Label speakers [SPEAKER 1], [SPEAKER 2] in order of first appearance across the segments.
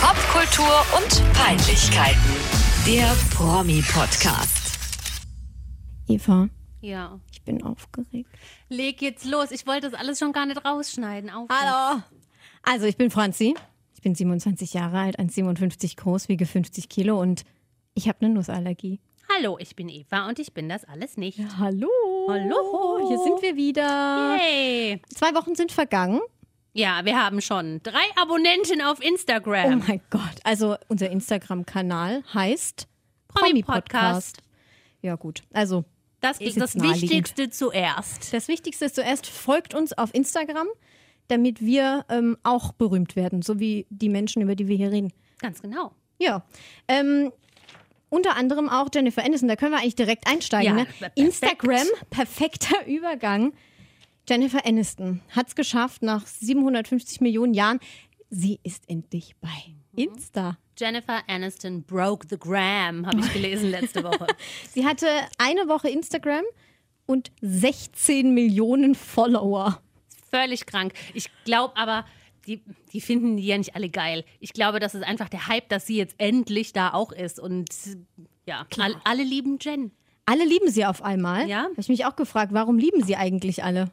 [SPEAKER 1] Popkultur und Peinlichkeiten. Der Promi-Podcast.
[SPEAKER 2] Eva,
[SPEAKER 3] Ja.
[SPEAKER 2] ich bin aufgeregt.
[SPEAKER 3] Leg jetzt los. Ich wollte das alles schon gar nicht rausschneiden. Auf
[SPEAKER 2] Hallo. Also, ich bin Franzi. Ich bin 27 Jahre alt, 1,57 groß, wiege 50 Kilo und ich habe eine Nussallergie.
[SPEAKER 3] geht's. Hallo, ich bin Eva und ich bin das alles nicht.
[SPEAKER 2] Hallo.
[SPEAKER 3] Hallo.
[SPEAKER 2] Hier sind wir wieder.
[SPEAKER 3] Hey.
[SPEAKER 2] Zwei Wochen sind vergangen.
[SPEAKER 3] Ja, wir haben schon drei Abonnenten auf
[SPEAKER 2] Oh
[SPEAKER 3] Instagram.
[SPEAKER 2] mein Gott. Also, unser Instagram-Kanal heißt
[SPEAKER 3] Promi-Podcast.
[SPEAKER 2] Promi-Podcast. Ja, gut. Also,
[SPEAKER 3] das
[SPEAKER 2] ist
[SPEAKER 3] ist das
[SPEAKER 2] jetzt naheliegend.
[SPEAKER 3] Wichtigste zuerst.
[SPEAKER 2] Das Wichtigste ist zuerst, folgt uns auf Instagram, damit wir ähm, auch berühmt werden, so wie die Menschen, über die wir hier reden.
[SPEAKER 3] Ganz genau.
[SPEAKER 2] Ja. Ähm, unter anderem auch Jennifer Aniston, da können wir eigentlich direkt einsteigen.
[SPEAKER 3] Ja,
[SPEAKER 2] ne?
[SPEAKER 3] perfekt.
[SPEAKER 2] Instagram, perfekter Übergang. Jennifer Aniston hat es geschafft, nach 750 Millionen Jahren, sie ist endlich bei
[SPEAKER 3] Mhm.
[SPEAKER 2] Insta.
[SPEAKER 3] Jennifer Aniston broke the gram, habe ich gelesen letzte Woche.
[SPEAKER 2] Sie hatte eine Woche Instagram und 16 Millionen Follower.
[SPEAKER 3] Völlig krank. Ich glaube aber, die, die finden die ja nicht alle geil. Ich glaube, das ist einfach der Hype, dass sie jetzt endlich da auch ist. Und ja, all, alle lieben Jen.
[SPEAKER 2] Alle lieben sie auf einmal.
[SPEAKER 3] Ja.
[SPEAKER 2] Habe ich mich auch gefragt, warum lieben sie eigentlich alle?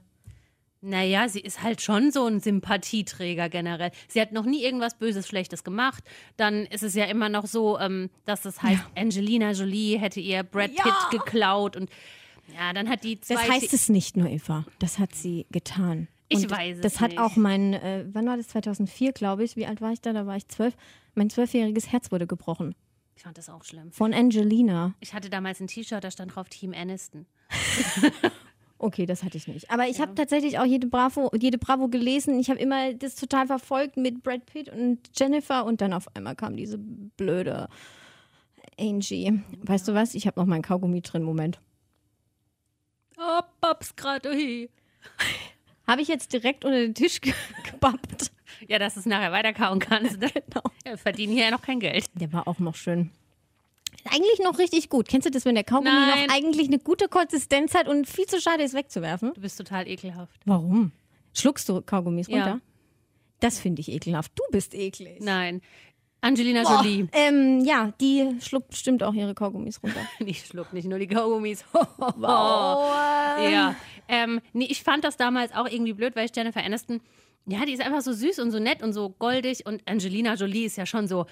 [SPEAKER 3] Naja, sie ist halt schon so ein Sympathieträger generell. Sie hat noch nie irgendwas Böses, Schlechtes gemacht. Dann ist es ja immer noch so, ähm, dass das heißt, Angelina Jolie hätte ihr Brad
[SPEAKER 2] Ja.
[SPEAKER 3] Pitt geklaut und ja, dann hat die
[SPEAKER 2] Das
[SPEAKER 3] zweite.
[SPEAKER 2] heißt es nicht nur, Eva. Das hat sie getan.
[SPEAKER 3] Ich
[SPEAKER 2] Und
[SPEAKER 3] weiß es
[SPEAKER 2] Das hat
[SPEAKER 3] nicht.
[SPEAKER 2] auch mein, äh, wann war das? 2004, glaube ich. Wie alt war ich da? Da war ich zwölf. Mein zwölfjähriges Herz wurde gebrochen.
[SPEAKER 3] ich fand das auch schlimm.
[SPEAKER 2] Von Angelina.
[SPEAKER 3] Ich hatte damals ein T-Shirt, da stand drauf Team Aniston.
[SPEAKER 2] Okay, das hatte ich nicht. Aber ich habe tatsächlich auch jede Bravo, jede Bravo gelesen. Ich habe immer das total verfolgt mit Brad Pitt und Jennifer. Und dann auf einmal kam diese blöde Angie. Weißt du was? Ich habe noch mein Kaugummi drin. Moment.
[SPEAKER 3] Oh, Bobs Gratuhi.
[SPEAKER 2] Habe ich jetzt direkt unter den Tisch ge gebappt.
[SPEAKER 3] Ja, dass du es nachher weiterkauen kannst.
[SPEAKER 2] Genau.
[SPEAKER 3] Wir verdienen hier ja noch kein Geld.
[SPEAKER 2] Der war auch noch schön. Eigentlich noch richtig gut. Kennst du das, wenn der Kaugummi
[SPEAKER 3] Nein.
[SPEAKER 2] noch eigentlich eine gute Konsistenz hat und viel zu schade ist wegzuwerfen?
[SPEAKER 3] Du bist total ekelhaft.
[SPEAKER 2] Warum? Schluckst du Kaugummis
[SPEAKER 3] Ja.
[SPEAKER 2] runter? Das finde ich ekelhaft. Du bist eklig.
[SPEAKER 3] Nein. Angelina
[SPEAKER 2] Boah.
[SPEAKER 3] Jolie.
[SPEAKER 2] Ähm, ja, die schluckt bestimmt auch ihre Kaugummis runter.
[SPEAKER 3] Ich schluck nicht nur die Kaugummis. ja. Ähm, nee, ich fand das damals auch irgendwie blöd, weil ich Jennifer Aniston, ja, die ist einfach so süß und so nett und so goldig und Angelina Jolie ist ja schon so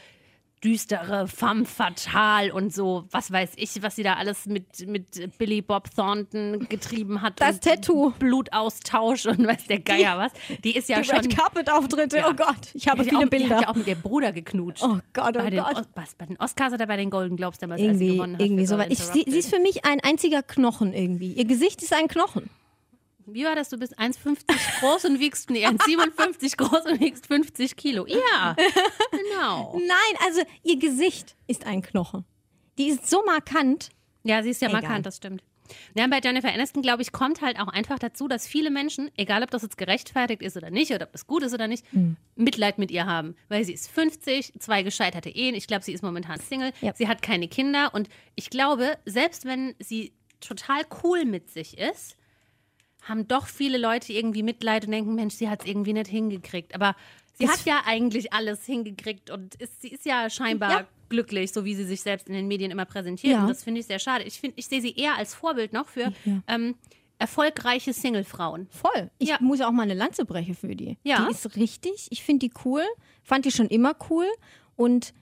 [SPEAKER 3] düstere femme fatale und so, was weiß ich, was sie da alles mit, mit Billy Bob Thornton getrieben hat.
[SPEAKER 2] Das
[SPEAKER 3] und
[SPEAKER 2] Tattoo.
[SPEAKER 3] Blutaustausch und weiß der Geier was. Die ist ja
[SPEAKER 2] Die
[SPEAKER 3] schon...
[SPEAKER 2] Red Carpet Auftritte.
[SPEAKER 3] Ja.
[SPEAKER 2] Oh Gott, ich habe
[SPEAKER 3] Die hat
[SPEAKER 2] viele
[SPEAKER 3] ja auch, Die hat ja
[SPEAKER 2] Bilder.
[SPEAKER 3] auch mit ihrem Bruder geknutscht.
[SPEAKER 2] Oh Gott, oh
[SPEAKER 3] bei den,
[SPEAKER 2] Gott.
[SPEAKER 3] Os- was, bei den Oscars oder bei den Golden Globes damals, als sie
[SPEAKER 2] Irgendwie,
[SPEAKER 3] gewonnen hat.
[SPEAKER 2] irgendwie
[SPEAKER 3] für Girl
[SPEAKER 2] sowas. Ich, sie, sie ist für mich ein einziger Knochen irgendwie. Ihr Gesicht ist ein Knochen.
[SPEAKER 3] Wie war das? Du bist 1,50 groß und wiegst, nee, 1,57 groß und wiegst 50 Kilo. Ja, genau.
[SPEAKER 2] Nein, also ihr Gesicht ist ein Knochen. Die ist so markant.
[SPEAKER 3] Ja, sie ist ja
[SPEAKER 2] Egal.
[SPEAKER 3] markant, das stimmt. Ja, bei Jennifer Aniston, glaube ich, kommt halt auch einfach dazu, dass viele Menschen, egal ob das jetzt gerechtfertigt ist oder nicht, oder ob das gut ist oder nicht,
[SPEAKER 2] Mhm.
[SPEAKER 3] Mitleid mit ihr haben. Weil sie ist 50, zwei gescheiterte Ehen. Ich glaube, sie ist momentan Single.
[SPEAKER 2] Ja.
[SPEAKER 3] Sie hat keine Kinder. Und ich glaube, selbst wenn sie total cool mit sich ist, haben doch viele Leute irgendwie Mitleid und denken, Mensch, sie hat es irgendwie nicht hingekriegt. Aber sie
[SPEAKER 2] Das-
[SPEAKER 3] hat ja eigentlich alles hingekriegt und ist, sie ist ja scheinbar
[SPEAKER 2] Ja.
[SPEAKER 3] glücklich, so wie sie sich selbst in den Medien immer präsentiert.
[SPEAKER 2] Ja.
[SPEAKER 3] Und das finde ich sehr schade. Ich, find- ich sehe sie eher als Vorbild noch für
[SPEAKER 2] Ja.
[SPEAKER 3] ähm, erfolgreiche Single-Frauen.
[SPEAKER 2] Voll. Ich
[SPEAKER 3] Ja.
[SPEAKER 2] muss auch mal eine Lanze brechen für die.
[SPEAKER 3] Ja.
[SPEAKER 2] Die ist richtig. Ich finde die cool. Fand die schon immer cool. Und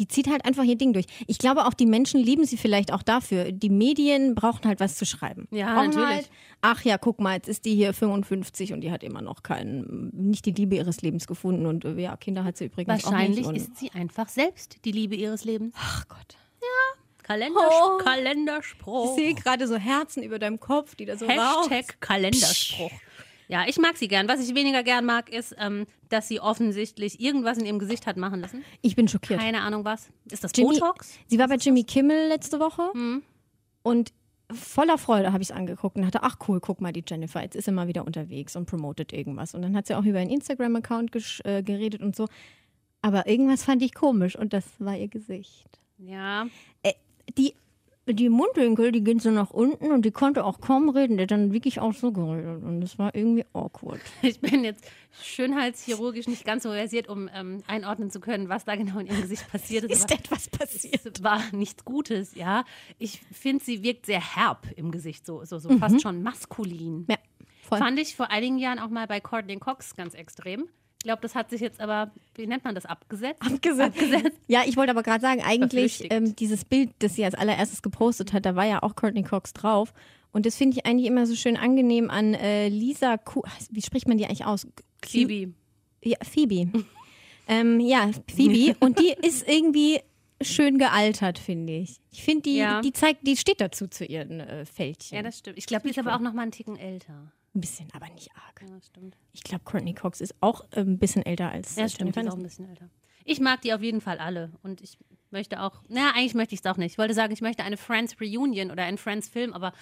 [SPEAKER 2] die zieht halt einfach ihr Ding durch. Ich glaube, auch die Menschen lieben sie vielleicht auch dafür. Die Medien brauchen halt was zu schreiben.
[SPEAKER 3] Ja,
[SPEAKER 2] brauchen
[SPEAKER 3] natürlich.
[SPEAKER 2] Halt, ach ja, guck mal, jetzt ist die hier 55 und die hat immer noch keinen, nicht die Liebe ihres Lebens gefunden. Und äh, ja, Kinder hat sie übrigens
[SPEAKER 3] Wahrscheinlich
[SPEAKER 2] auch nicht. Und,
[SPEAKER 3] ist sie einfach selbst die Liebe ihres Lebens.
[SPEAKER 2] ach Gott.
[SPEAKER 3] Kalender,
[SPEAKER 2] Oh. Ich
[SPEAKER 3] Kalenderspruch.
[SPEAKER 2] sehe gerade so Herzen über deinem Kopf, die da so rauf.
[SPEAKER 3] Oh. Hashtag Kalenderspruch. Ja, ich mag sie gern. Was ich weniger gern mag, ist, ähm, dass sie offensichtlich irgendwas in ihrem Gesicht hat machen lassen.
[SPEAKER 2] Ich bin schockiert.
[SPEAKER 3] Keine Ahnung was. Ist das
[SPEAKER 2] Jimmy-
[SPEAKER 3] Botox?
[SPEAKER 2] Sie war bei Jimmy Kimmel letzte Woche und voller Freude habe ich es angeguckt und dachte, ach cool, guck mal, die Jennifer, jetzt ist sie mal wieder unterwegs und promotet irgendwas. Und dann hat sie auch über ihren Instagram-Account gesch- äh, geredet und so. Aber irgendwas fand ich komisch und das war ihr Gesicht.
[SPEAKER 3] Ja.
[SPEAKER 2] Äh, Die die Mundwinkel, die gehen so nach unten und die konnte auch kaum reden. Der hat dann wirklich auch so geredet und das war irgendwie awkward.
[SPEAKER 3] Ich bin jetzt schönheitschirurgisch nicht ganz so versiert, um ähm, einordnen zu können, was da genau in ihrem Gesicht passiert ist.
[SPEAKER 2] Ist
[SPEAKER 3] aber
[SPEAKER 2] etwas passiert?
[SPEAKER 3] es war nichts Gutes, ja. Ich finde, sie wirkt sehr herb im Gesicht, so, so, so fast schon maskulin.
[SPEAKER 2] Mhm. Ja, voll.
[SPEAKER 3] Fand ich vor einigen Jahren auch mal bei Courtney Cox ganz extrem. Ich glaube, das hat sich jetzt aber, wie nennt man das, abgesetzt?
[SPEAKER 2] Abgesetzt. Ja, ich wollte aber gerade sagen, eigentlich
[SPEAKER 3] Verflüchtigt.
[SPEAKER 2] ähm, dieses Bild, das sie als allererstes gepostet hat, da war ja auch Courtney Cox drauf. Und das finde ich eigentlich immer so schön angenehm an äh, Lisa Ku Wie spricht man die eigentlich aus? Ku-
[SPEAKER 3] Kiwi.
[SPEAKER 2] Ja, Phoebe. ähm, ja, Phoebe. Und die ist irgendwie schön gealtert, finde ich. Ich finde, die,
[SPEAKER 3] Ja.
[SPEAKER 2] die zeigt, die steht dazu zu ihren äh, Fältchen.
[SPEAKER 3] Ja, das stimmt. Ich glaube, die ist aber auch noch mal einen Ticken älter.
[SPEAKER 2] ein bisschen, aber nicht arg.
[SPEAKER 3] Ja, stimmt.
[SPEAKER 2] Ich glaube, Courtney Cox ist auch äh, ein bisschen älter als
[SPEAKER 3] Ja,
[SPEAKER 2] äh,
[SPEAKER 3] stimmt. Die
[SPEAKER 2] Jennifer
[SPEAKER 3] ist auch ein
[SPEAKER 2] Aniston.
[SPEAKER 3] bisschen älter. Ich mag die auf jeden Fall alle. Und ich möchte auch, na, eigentlich möchte ich es auch nicht. Ich wollte sagen, ich möchte eine Friends Reunion oder einen Friends Film, aber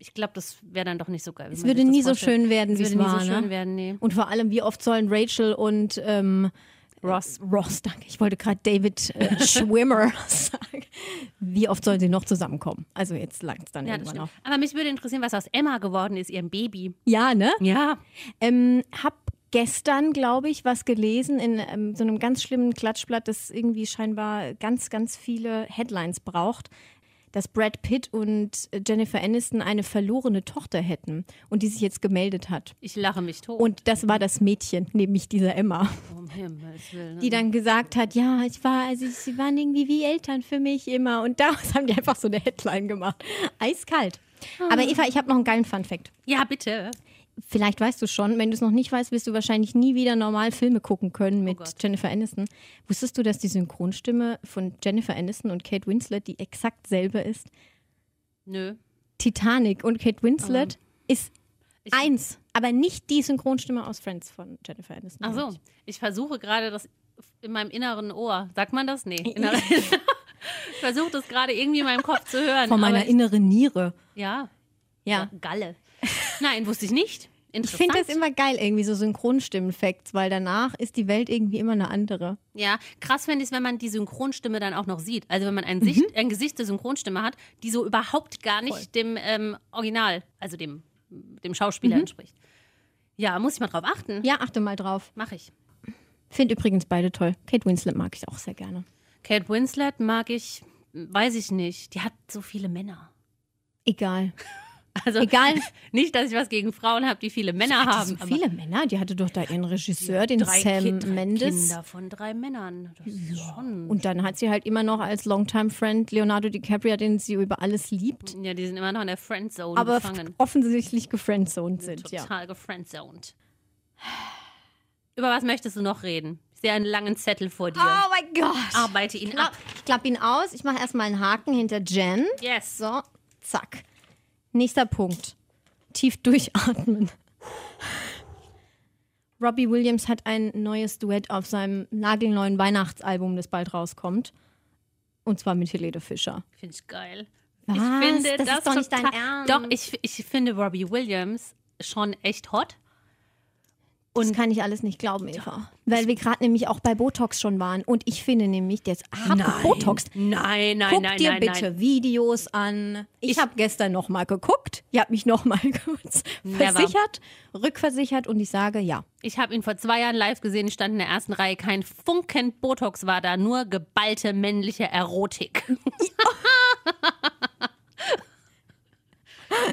[SPEAKER 3] ich glaube, das wäre dann doch nicht so geil.
[SPEAKER 2] Es würde nie so schön werden,
[SPEAKER 3] Es
[SPEAKER 2] wie es
[SPEAKER 3] würde nie
[SPEAKER 2] war.
[SPEAKER 3] so schön
[SPEAKER 2] ne?
[SPEAKER 3] werden, nee.
[SPEAKER 2] Und vor allem, wie oft sollen Rachel und ähm,
[SPEAKER 3] Ross.
[SPEAKER 2] Ross, danke, ich wollte gerade David äh, Schwimmer sagen, wie oft sollen sie noch zusammenkommen? Also jetzt langt es dann
[SPEAKER 3] Ja, das
[SPEAKER 2] irgendwann
[SPEAKER 3] stimmt.
[SPEAKER 2] auch.
[SPEAKER 3] Aber mich würde interessieren, was aus Emma geworden ist, ihrem Baby.
[SPEAKER 2] Ja, ne?
[SPEAKER 3] Ja.
[SPEAKER 2] Ähm, hab gestern, glaube ich, was gelesen in ähm, so einem ganz schlimmen Klatschblatt, das irgendwie scheinbar ganz, ganz viele Headlines braucht, dass Brad Pitt und äh, Jennifer Aniston eine verlorene Tochter hätten und die sich jetzt gemeldet hat.
[SPEAKER 3] Ich lache mich tot.
[SPEAKER 2] Und das war das Mädchen, nämlich dieser Emma,
[SPEAKER 3] um Himmels Willen.
[SPEAKER 2] die dann gesagt hat, ja, ich war, also ich, sie waren irgendwie wie Eltern für mich immer. Und daraus haben die einfach so eine Headline gemacht. Eiskalt.
[SPEAKER 3] Ah.
[SPEAKER 2] Aber Eva, ich habe noch einen geilen Fun-Fact.
[SPEAKER 3] Ja, bitte.
[SPEAKER 2] Vielleicht weißt du schon, wenn du es noch nicht weißt, wirst du wahrscheinlich nie wieder normal Filme gucken können mit
[SPEAKER 3] Oh Gott.
[SPEAKER 2] Jennifer Aniston. Wusstest du, dass die Synchronstimme von Jennifer Aniston und Kate Winslet die exakt selbe ist?
[SPEAKER 3] Nö.
[SPEAKER 2] Titanic und Kate Winslet
[SPEAKER 3] Oh.
[SPEAKER 2] ist
[SPEAKER 3] Ich-
[SPEAKER 2] eins, aber nicht die Synchronstimme aus Friends von Jennifer Aniston.
[SPEAKER 3] Ach so, ich versuche gerade das in meinem inneren Ohr. Sagt man das? Nee. Innere- ich versuche das gerade irgendwie in meinem Kopf zu hören.
[SPEAKER 2] Von meiner
[SPEAKER 3] aber ich,
[SPEAKER 2] inneren Niere.
[SPEAKER 3] ja,
[SPEAKER 2] Ja.
[SPEAKER 3] Galle. Nein, wusste ich nicht.
[SPEAKER 2] Ich finde
[SPEAKER 3] Interessant.
[SPEAKER 2] das immer geil, irgendwie so Synchronstimmen-Facts, weil danach ist die Welt irgendwie immer eine andere.
[SPEAKER 3] ja, krass fände ich es, wenn man die Synchronstimme dann auch noch sieht. Also wenn man ein, Sicht, ein Gesicht der Synchronstimme hat, die so überhaupt gar nicht
[SPEAKER 2] Mhm. Voll.
[SPEAKER 3] dem ähm, Original, also dem, dem Schauspieler entspricht. Ja, muss ich mal drauf achten.
[SPEAKER 2] Mhm. Ja, achte mal drauf.
[SPEAKER 3] Mache ich.
[SPEAKER 2] Finde übrigens beide toll. Kate Winslet mag ich auch sehr gerne.
[SPEAKER 3] Kate Winslet mag ich, weiß ich nicht. Die hat so viele Männer.
[SPEAKER 2] Egal.
[SPEAKER 3] Also
[SPEAKER 2] Egal.
[SPEAKER 3] nicht, dass ich was gegen Frauen habe, die viele Männer
[SPEAKER 2] Hatte
[SPEAKER 3] haben.
[SPEAKER 2] so
[SPEAKER 3] aber
[SPEAKER 2] viele Männer, die hatte doch da ihren Regisseur, den
[SPEAKER 3] drei
[SPEAKER 2] Sam
[SPEAKER 3] Ki- drei
[SPEAKER 2] Mendes.
[SPEAKER 3] Kinder von drei Männern. Das ist schon.
[SPEAKER 2] Und dann hat sie halt immer noch als Longtime-Friend Leonardo DiCaprio, den sie über alles liebt,
[SPEAKER 3] ja, die sind immer noch in der Friendzone
[SPEAKER 2] aber
[SPEAKER 3] gefangen.
[SPEAKER 2] offensichtlich gefriendzoned sind, ja.
[SPEAKER 3] Total gefriendzoned. Über was möchtest du noch reden? Ich sehe einen langen Zettel vor dir.
[SPEAKER 2] Oh mein Gott!
[SPEAKER 3] Arbeite ihn
[SPEAKER 2] Kla
[SPEAKER 3] ab.
[SPEAKER 2] ich klappe ihn aus, ich mache erstmal einen Haken hinter Jen.
[SPEAKER 3] Yes.
[SPEAKER 2] So, zack. Nächster Punkt. Tief durchatmen. Robbie Williams hat ein neues Duett auf seinem nagelneuen Weihnachtsalbum, das bald rauskommt. Und zwar mit Helene Fischer.
[SPEAKER 3] Finde ich geil. Ich
[SPEAKER 2] Was?
[SPEAKER 3] finde
[SPEAKER 2] Das
[SPEAKER 3] das,
[SPEAKER 2] ist doch nicht dein
[SPEAKER 3] total-
[SPEAKER 2] Ernst.
[SPEAKER 3] Doch, ich, ich finde Robbie Williams schon echt hot.
[SPEAKER 2] Und das kann ich alles nicht glauben, Eva. Weil wir gerade nämlich auch bei Botox schon waren. Und ich finde nämlich, der ist hart gebotoxt.
[SPEAKER 3] Nein, nein,
[SPEAKER 2] Guck
[SPEAKER 3] nein,
[SPEAKER 2] dir
[SPEAKER 3] nein,
[SPEAKER 2] bitte
[SPEAKER 3] nein.
[SPEAKER 2] Videos an. Ich,
[SPEAKER 3] Ich-
[SPEAKER 2] habe gestern nochmal geguckt. Ich habe mich nochmal kurz
[SPEAKER 3] Never.
[SPEAKER 2] versichert, rückversichert und ich sage ja.
[SPEAKER 3] Ich habe ihn vor zwei Jahren live gesehen, ich stand in der ersten Reihe. Kein Funken Botox war da, nur geballte männliche Erotik.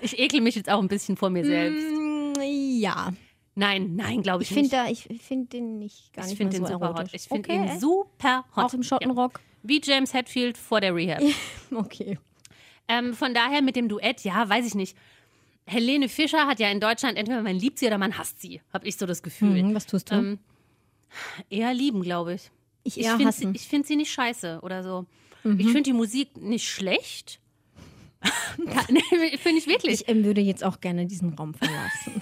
[SPEAKER 3] ich ekel mich jetzt auch ein bisschen vor mir selbst.
[SPEAKER 2] Ja.
[SPEAKER 3] Nein, nein, glaube ich,
[SPEAKER 2] Ich
[SPEAKER 3] nicht.
[SPEAKER 2] finde find den nicht gar
[SPEAKER 3] Ich
[SPEAKER 2] nicht
[SPEAKER 3] finde
[SPEAKER 2] finde
[SPEAKER 3] ihn
[SPEAKER 2] so
[SPEAKER 3] super
[SPEAKER 2] erotisch.
[SPEAKER 3] hot. Ich finde
[SPEAKER 2] okay.
[SPEAKER 3] ihn super hot.
[SPEAKER 2] Auch im Schottenrock.
[SPEAKER 3] Ja. Wie James Hetfield vor der Rehab.
[SPEAKER 2] Okay.
[SPEAKER 3] Ähm, von daher mit dem Duett, ja, weiß ich nicht. Helene Fischer hat ja in Deutschland entweder man liebt sie oder man hasst sie, habe ich so das Gefühl.
[SPEAKER 2] Mhm, was tust du?
[SPEAKER 3] Ähm, eher lieben, glaube ich.
[SPEAKER 2] ich
[SPEAKER 3] Ich
[SPEAKER 2] eher
[SPEAKER 3] finde
[SPEAKER 2] hassen. Mhm.
[SPEAKER 3] sie, ich find sie nicht scheiße oder so. Ich finde die Musik nicht schlecht. Ja, nee, finde ich wirklich.
[SPEAKER 2] ich ähm, würde jetzt auch gerne diesen Raum verlassen.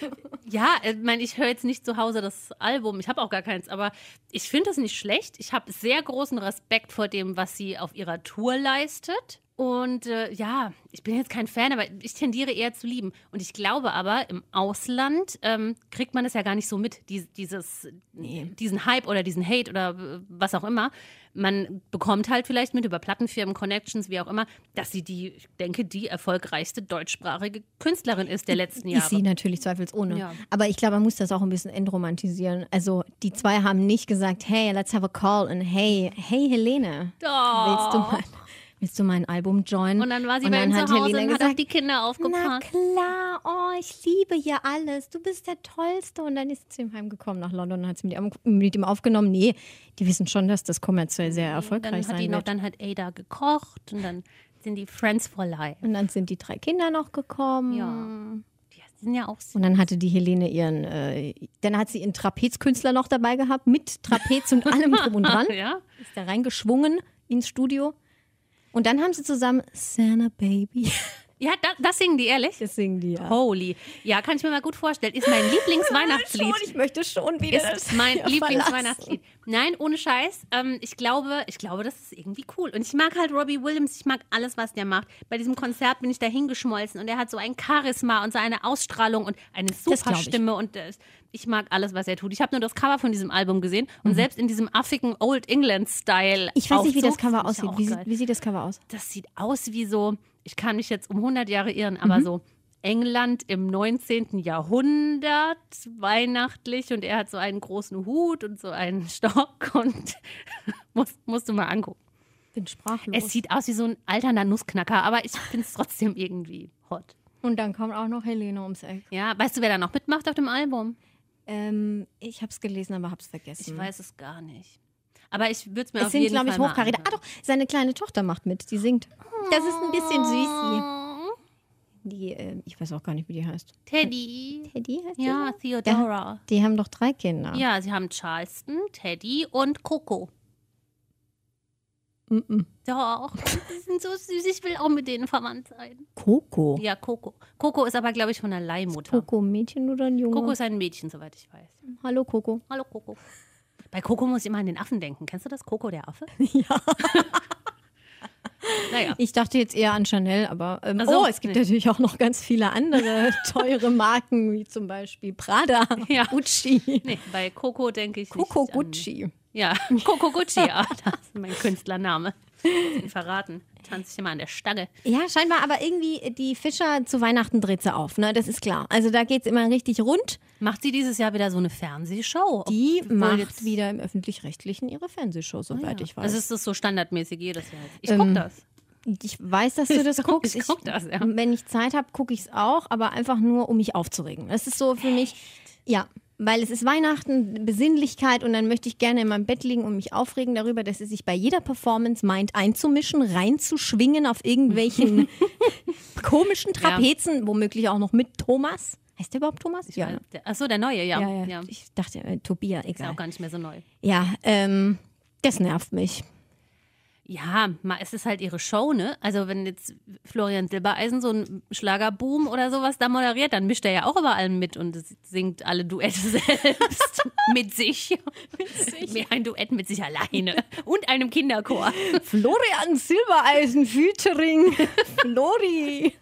[SPEAKER 3] Ja, äh, ich meine, ich höre jetzt nicht zu Hause das Album. Ich habe auch gar keins, aber ich finde es nicht schlecht. Ich habe sehr großen Respekt vor dem, was sie auf ihrer Tour leistet. Und äh, ja, ich bin jetzt kein Fan, aber ich tendiere eher zu lieben. Und ich glaube aber, im Ausland ähm, kriegt man es ja gar nicht so mit, die, dieses, diesen Hype oder diesen Hate oder äh, was auch immer. Man bekommt halt vielleicht mit über Plattenfirmen, Connections, wie auch immer, dass sie die, ich denke, die erfolgreichste deutschsprachige Künstlerin ist der letzten
[SPEAKER 2] Ist sie
[SPEAKER 3] Jahre.
[SPEAKER 2] natürlich zweifelsohne.
[SPEAKER 3] Ja.
[SPEAKER 2] Aber ich glaube, man muss das auch ein bisschen entromantisieren. Also die zwei haben nicht gesagt, hey, let's have a call und hey, hey Helene, willst, du mein, willst du mein Album joinen?
[SPEAKER 3] Und dann war sie bei uns zu Hause und hat auf die Kinder
[SPEAKER 2] na
[SPEAKER 3] aufgepasst.
[SPEAKER 2] klar, oh, ich liebe ja alles. Du bist der Tollste. Und dann ist sie im Heim gekommen nach London und hat sie mit ihm, mit ihm aufgenommen. Nee, die wissen schon, dass das kommerziell sehr erfolgreich
[SPEAKER 3] Mhm. Dann hat
[SPEAKER 2] sein
[SPEAKER 3] die noch,
[SPEAKER 2] wird.
[SPEAKER 3] dann hat Ada gekocht und dann sind die Friends for Life.
[SPEAKER 2] Und dann sind die drei Kinder noch gekommen.
[SPEAKER 3] Ja. Die sind ja auch süß.
[SPEAKER 2] Und dann hatte die Helene ihren, äh, dann hat sie ihren Trapezkünstler noch dabei gehabt, mit Trapez und allem drum und dran.
[SPEAKER 3] Ja?
[SPEAKER 2] Ist da reingeschwungen ins Studio. Und dann haben sie zusammen Santa Baby.
[SPEAKER 3] Ja, da, das singen die, ehrlich?
[SPEAKER 2] Das singen die ja.
[SPEAKER 3] Holy. Ja, kann ich mir mal gut vorstellen. Ist mein Lieblingsweihnachtslied.
[SPEAKER 2] Ich möchte schon wieder. das
[SPEAKER 3] Ist mein
[SPEAKER 2] hier
[SPEAKER 3] Lieblingsweihnachtslied. Nein, ohne Scheiß. Ähm, ich glaube, ich glaube, das ist irgendwie cool. Und ich mag halt Robbie Williams. Ich mag alles, was der macht. Bei diesem Konzert bin ich da hingeschmolzen und er hat so ein Charisma und so eine Ausstrahlung und eine
[SPEAKER 2] glaub
[SPEAKER 3] super
[SPEAKER 2] ich.
[SPEAKER 3] Stimme und äh, ich mag alles, was er tut. Ich habe nur das Cover von diesem Album gesehen und selbst in diesem affigen Old England Style.
[SPEAKER 2] Mhm. Ich weiß nicht, wie das Cover aussieht. Wie, sieht-
[SPEAKER 3] Wie,
[SPEAKER 2] wie sieht das Cover aus?
[SPEAKER 3] das sieht aus wie so, ich kann mich jetzt um 100 Jahre irren, aber
[SPEAKER 2] Mhm.
[SPEAKER 3] so England im 19. Jahrhundert, weihnachtlich und er hat so einen großen Hut und so einen Stock und musst, musst du mal angucken.
[SPEAKER 2] Bin sprachlos.
[SPEAKER 3] Es sieht aus wie so ein alternder Nussknacker, aber ich finde es trotzdem irgendwie hot.
[SPEAKER 2] Und dann kommt auch noch Helene ums Eck.
[SPEAKER 3] Ja, weißt du, wer da noch mitmacht auf dem Album?
[SPEAKER 2] Ähm, ich hab's gelesen, aber hab's vergessen.
[SPEAKER 3] Ich weiß es gar nicht. Aber ich würde es mir
[SPEAKER 2] Hm. Es
[SPEAKER 3] auf
[SPEAKER 2] sind,
[SPEAKER 3] jeden
[SPEAKER 2] glaube
[SPEAKER 3] Fall
[SPEAKER 2] ich,
[SPEAKER 3] mal
[SPEAKER 2] Hochkaräter. Ah
[SPEAKER 3] anhören.
[SPEAKER 2] doch, seine kleine Tochter macht mit. Die singt. Das ist ein bisschen süß. Die, die ähm, ich weiß auch gar nicht, wie die heißt.
[SPEAKER 3] Teddy.
[SPEAKER 2] Teddy heißt die?
[SPEAKER 3] Ja,
[SPEAKER 2] so?
[SPEAKER 3] Theodora.
[SPEAKER 2] Die haben doch drei Kinder.
[SPEAKER 3] Ja, sie haben Charleston, Teddy und Coco.
[SPEAKER 2] Mm -mm.
[SPEAKER 3] Doch, die sind so süß. Ich will auch mit denen verwandt sein.
[SPEAKER 2] Coco.
[SPEAKER 3] Ja, Coco. Coco ist aber, glaube ich, von der Leihmutter.
[SPEAKER 2] Coco, ein Mädchen oder ein Junge?
[SPEAKER 3] Coco ist ein Mädchen, soweit ich weiß.
[SPEAKER 2] Hallo Coco.
[SPEAKER 3] Hallo, Coco. Bei Coco muss ich immer an den Affen denken. Kennst du das? Coco, der Affe?
[SPEAKER 2] Ja.
[SPEAKER 3] Naja.
[SPEAKER 2] Ich dachte jetzt eher an Chanel, aber ähm,
[SPEAKER 3] Ach so,
[SPEAKER 2] oh, es gibt
[SPEAKER 3] nee.
[SPEAKER 2] natürlich auch noch ganz viele andere teure Marken, wie zum Beispiel Prada,
[SPEAKER 3] Ja.
[SPEAKER 2] Gucci.
[SPEAKER 3] Nee, bei Coco denke ich
[SPEAKER 2] Coco
[SPEAKER 3] nicht an-
[SPEAKER 2] Gucci.
[SPEAKER 3] Ja, Coco Gucci, ja. Das ist mein Künstlername. Ihn verraten. Tanze ich immer an der Stange.
[SPEAKER 2] Ja, scheinbar, aber irgendwie die Fischer zu Weihnachten dreht sie auf, ne? Das ist klar. Also da geht's immer richtig rund.
[SPEAKER 3] Macht sie dieses Jahr wieder so eine Fernsehshow?
[SPEAKER 2] Die
[SPEAKER 3] Obwohl
[SPEAKER 2] macht
[SPEAKER 3] jetzt-
[SPEAKER 2] wieder im Öffentlich-Rechtlichen ihre Fernsehshow, soweit ich weiß. Ähm,
[SPEAKER 3] Also ist das so standardmäßig jedes Jahr. Ich gucke das.
[SPEAKER 2] ich weiß, dass du das
[SPEAKER 3] Ich guck-
[SPEAKER 2] guckst.
[SPEAKER 3] ich guck das, ja.
[SPEAKER 2] Wenn ich Zeit habe, gucke ich es auch, aber einfach nur, um mich aufzuregen. Das ist so für mich, ja, weil es ist Weihnachten, Besinnlichkeit und dann möchte ich gerne in meinem Bett liegen und mich aufregen darüber, dass es sich bei jeder Performance meint, einzumischen, reinzuschwingen auf irgendwelchen komischen Trapezen, womöglich auch noch mit Thomas. Heißt der überhaupt Thomas? Ja. ne?
[SPEAKER 3] Achso, der neue, ja.
[SPEAKER 2] Ja, ja.
[SPEAKER 3] ja.
[SPEAKER 2] Ich dachte, äh, Tobias,
[SPEAKER 3] Ist ja
[SPEAKER 2] egal.
[SPEAKER 3] auch gar nicht mehr so neu.
[SPEAKER 2] Ja, ähm, das nervt mich.
[SPEAKER 3] Ja, ma- es ist halt ihre Show, ne? Also wenn jetzt Florian Silbereisen so einen Schlagerboom oder sowas da moderiert, dann mischt er ja auch über allem mit und singt alle Duette selbst mit sich. Mehr ein Duett mit sich alleine und einem Kinderchor.
[SPEAKER 2] Florian Silbereisen featuring Flori.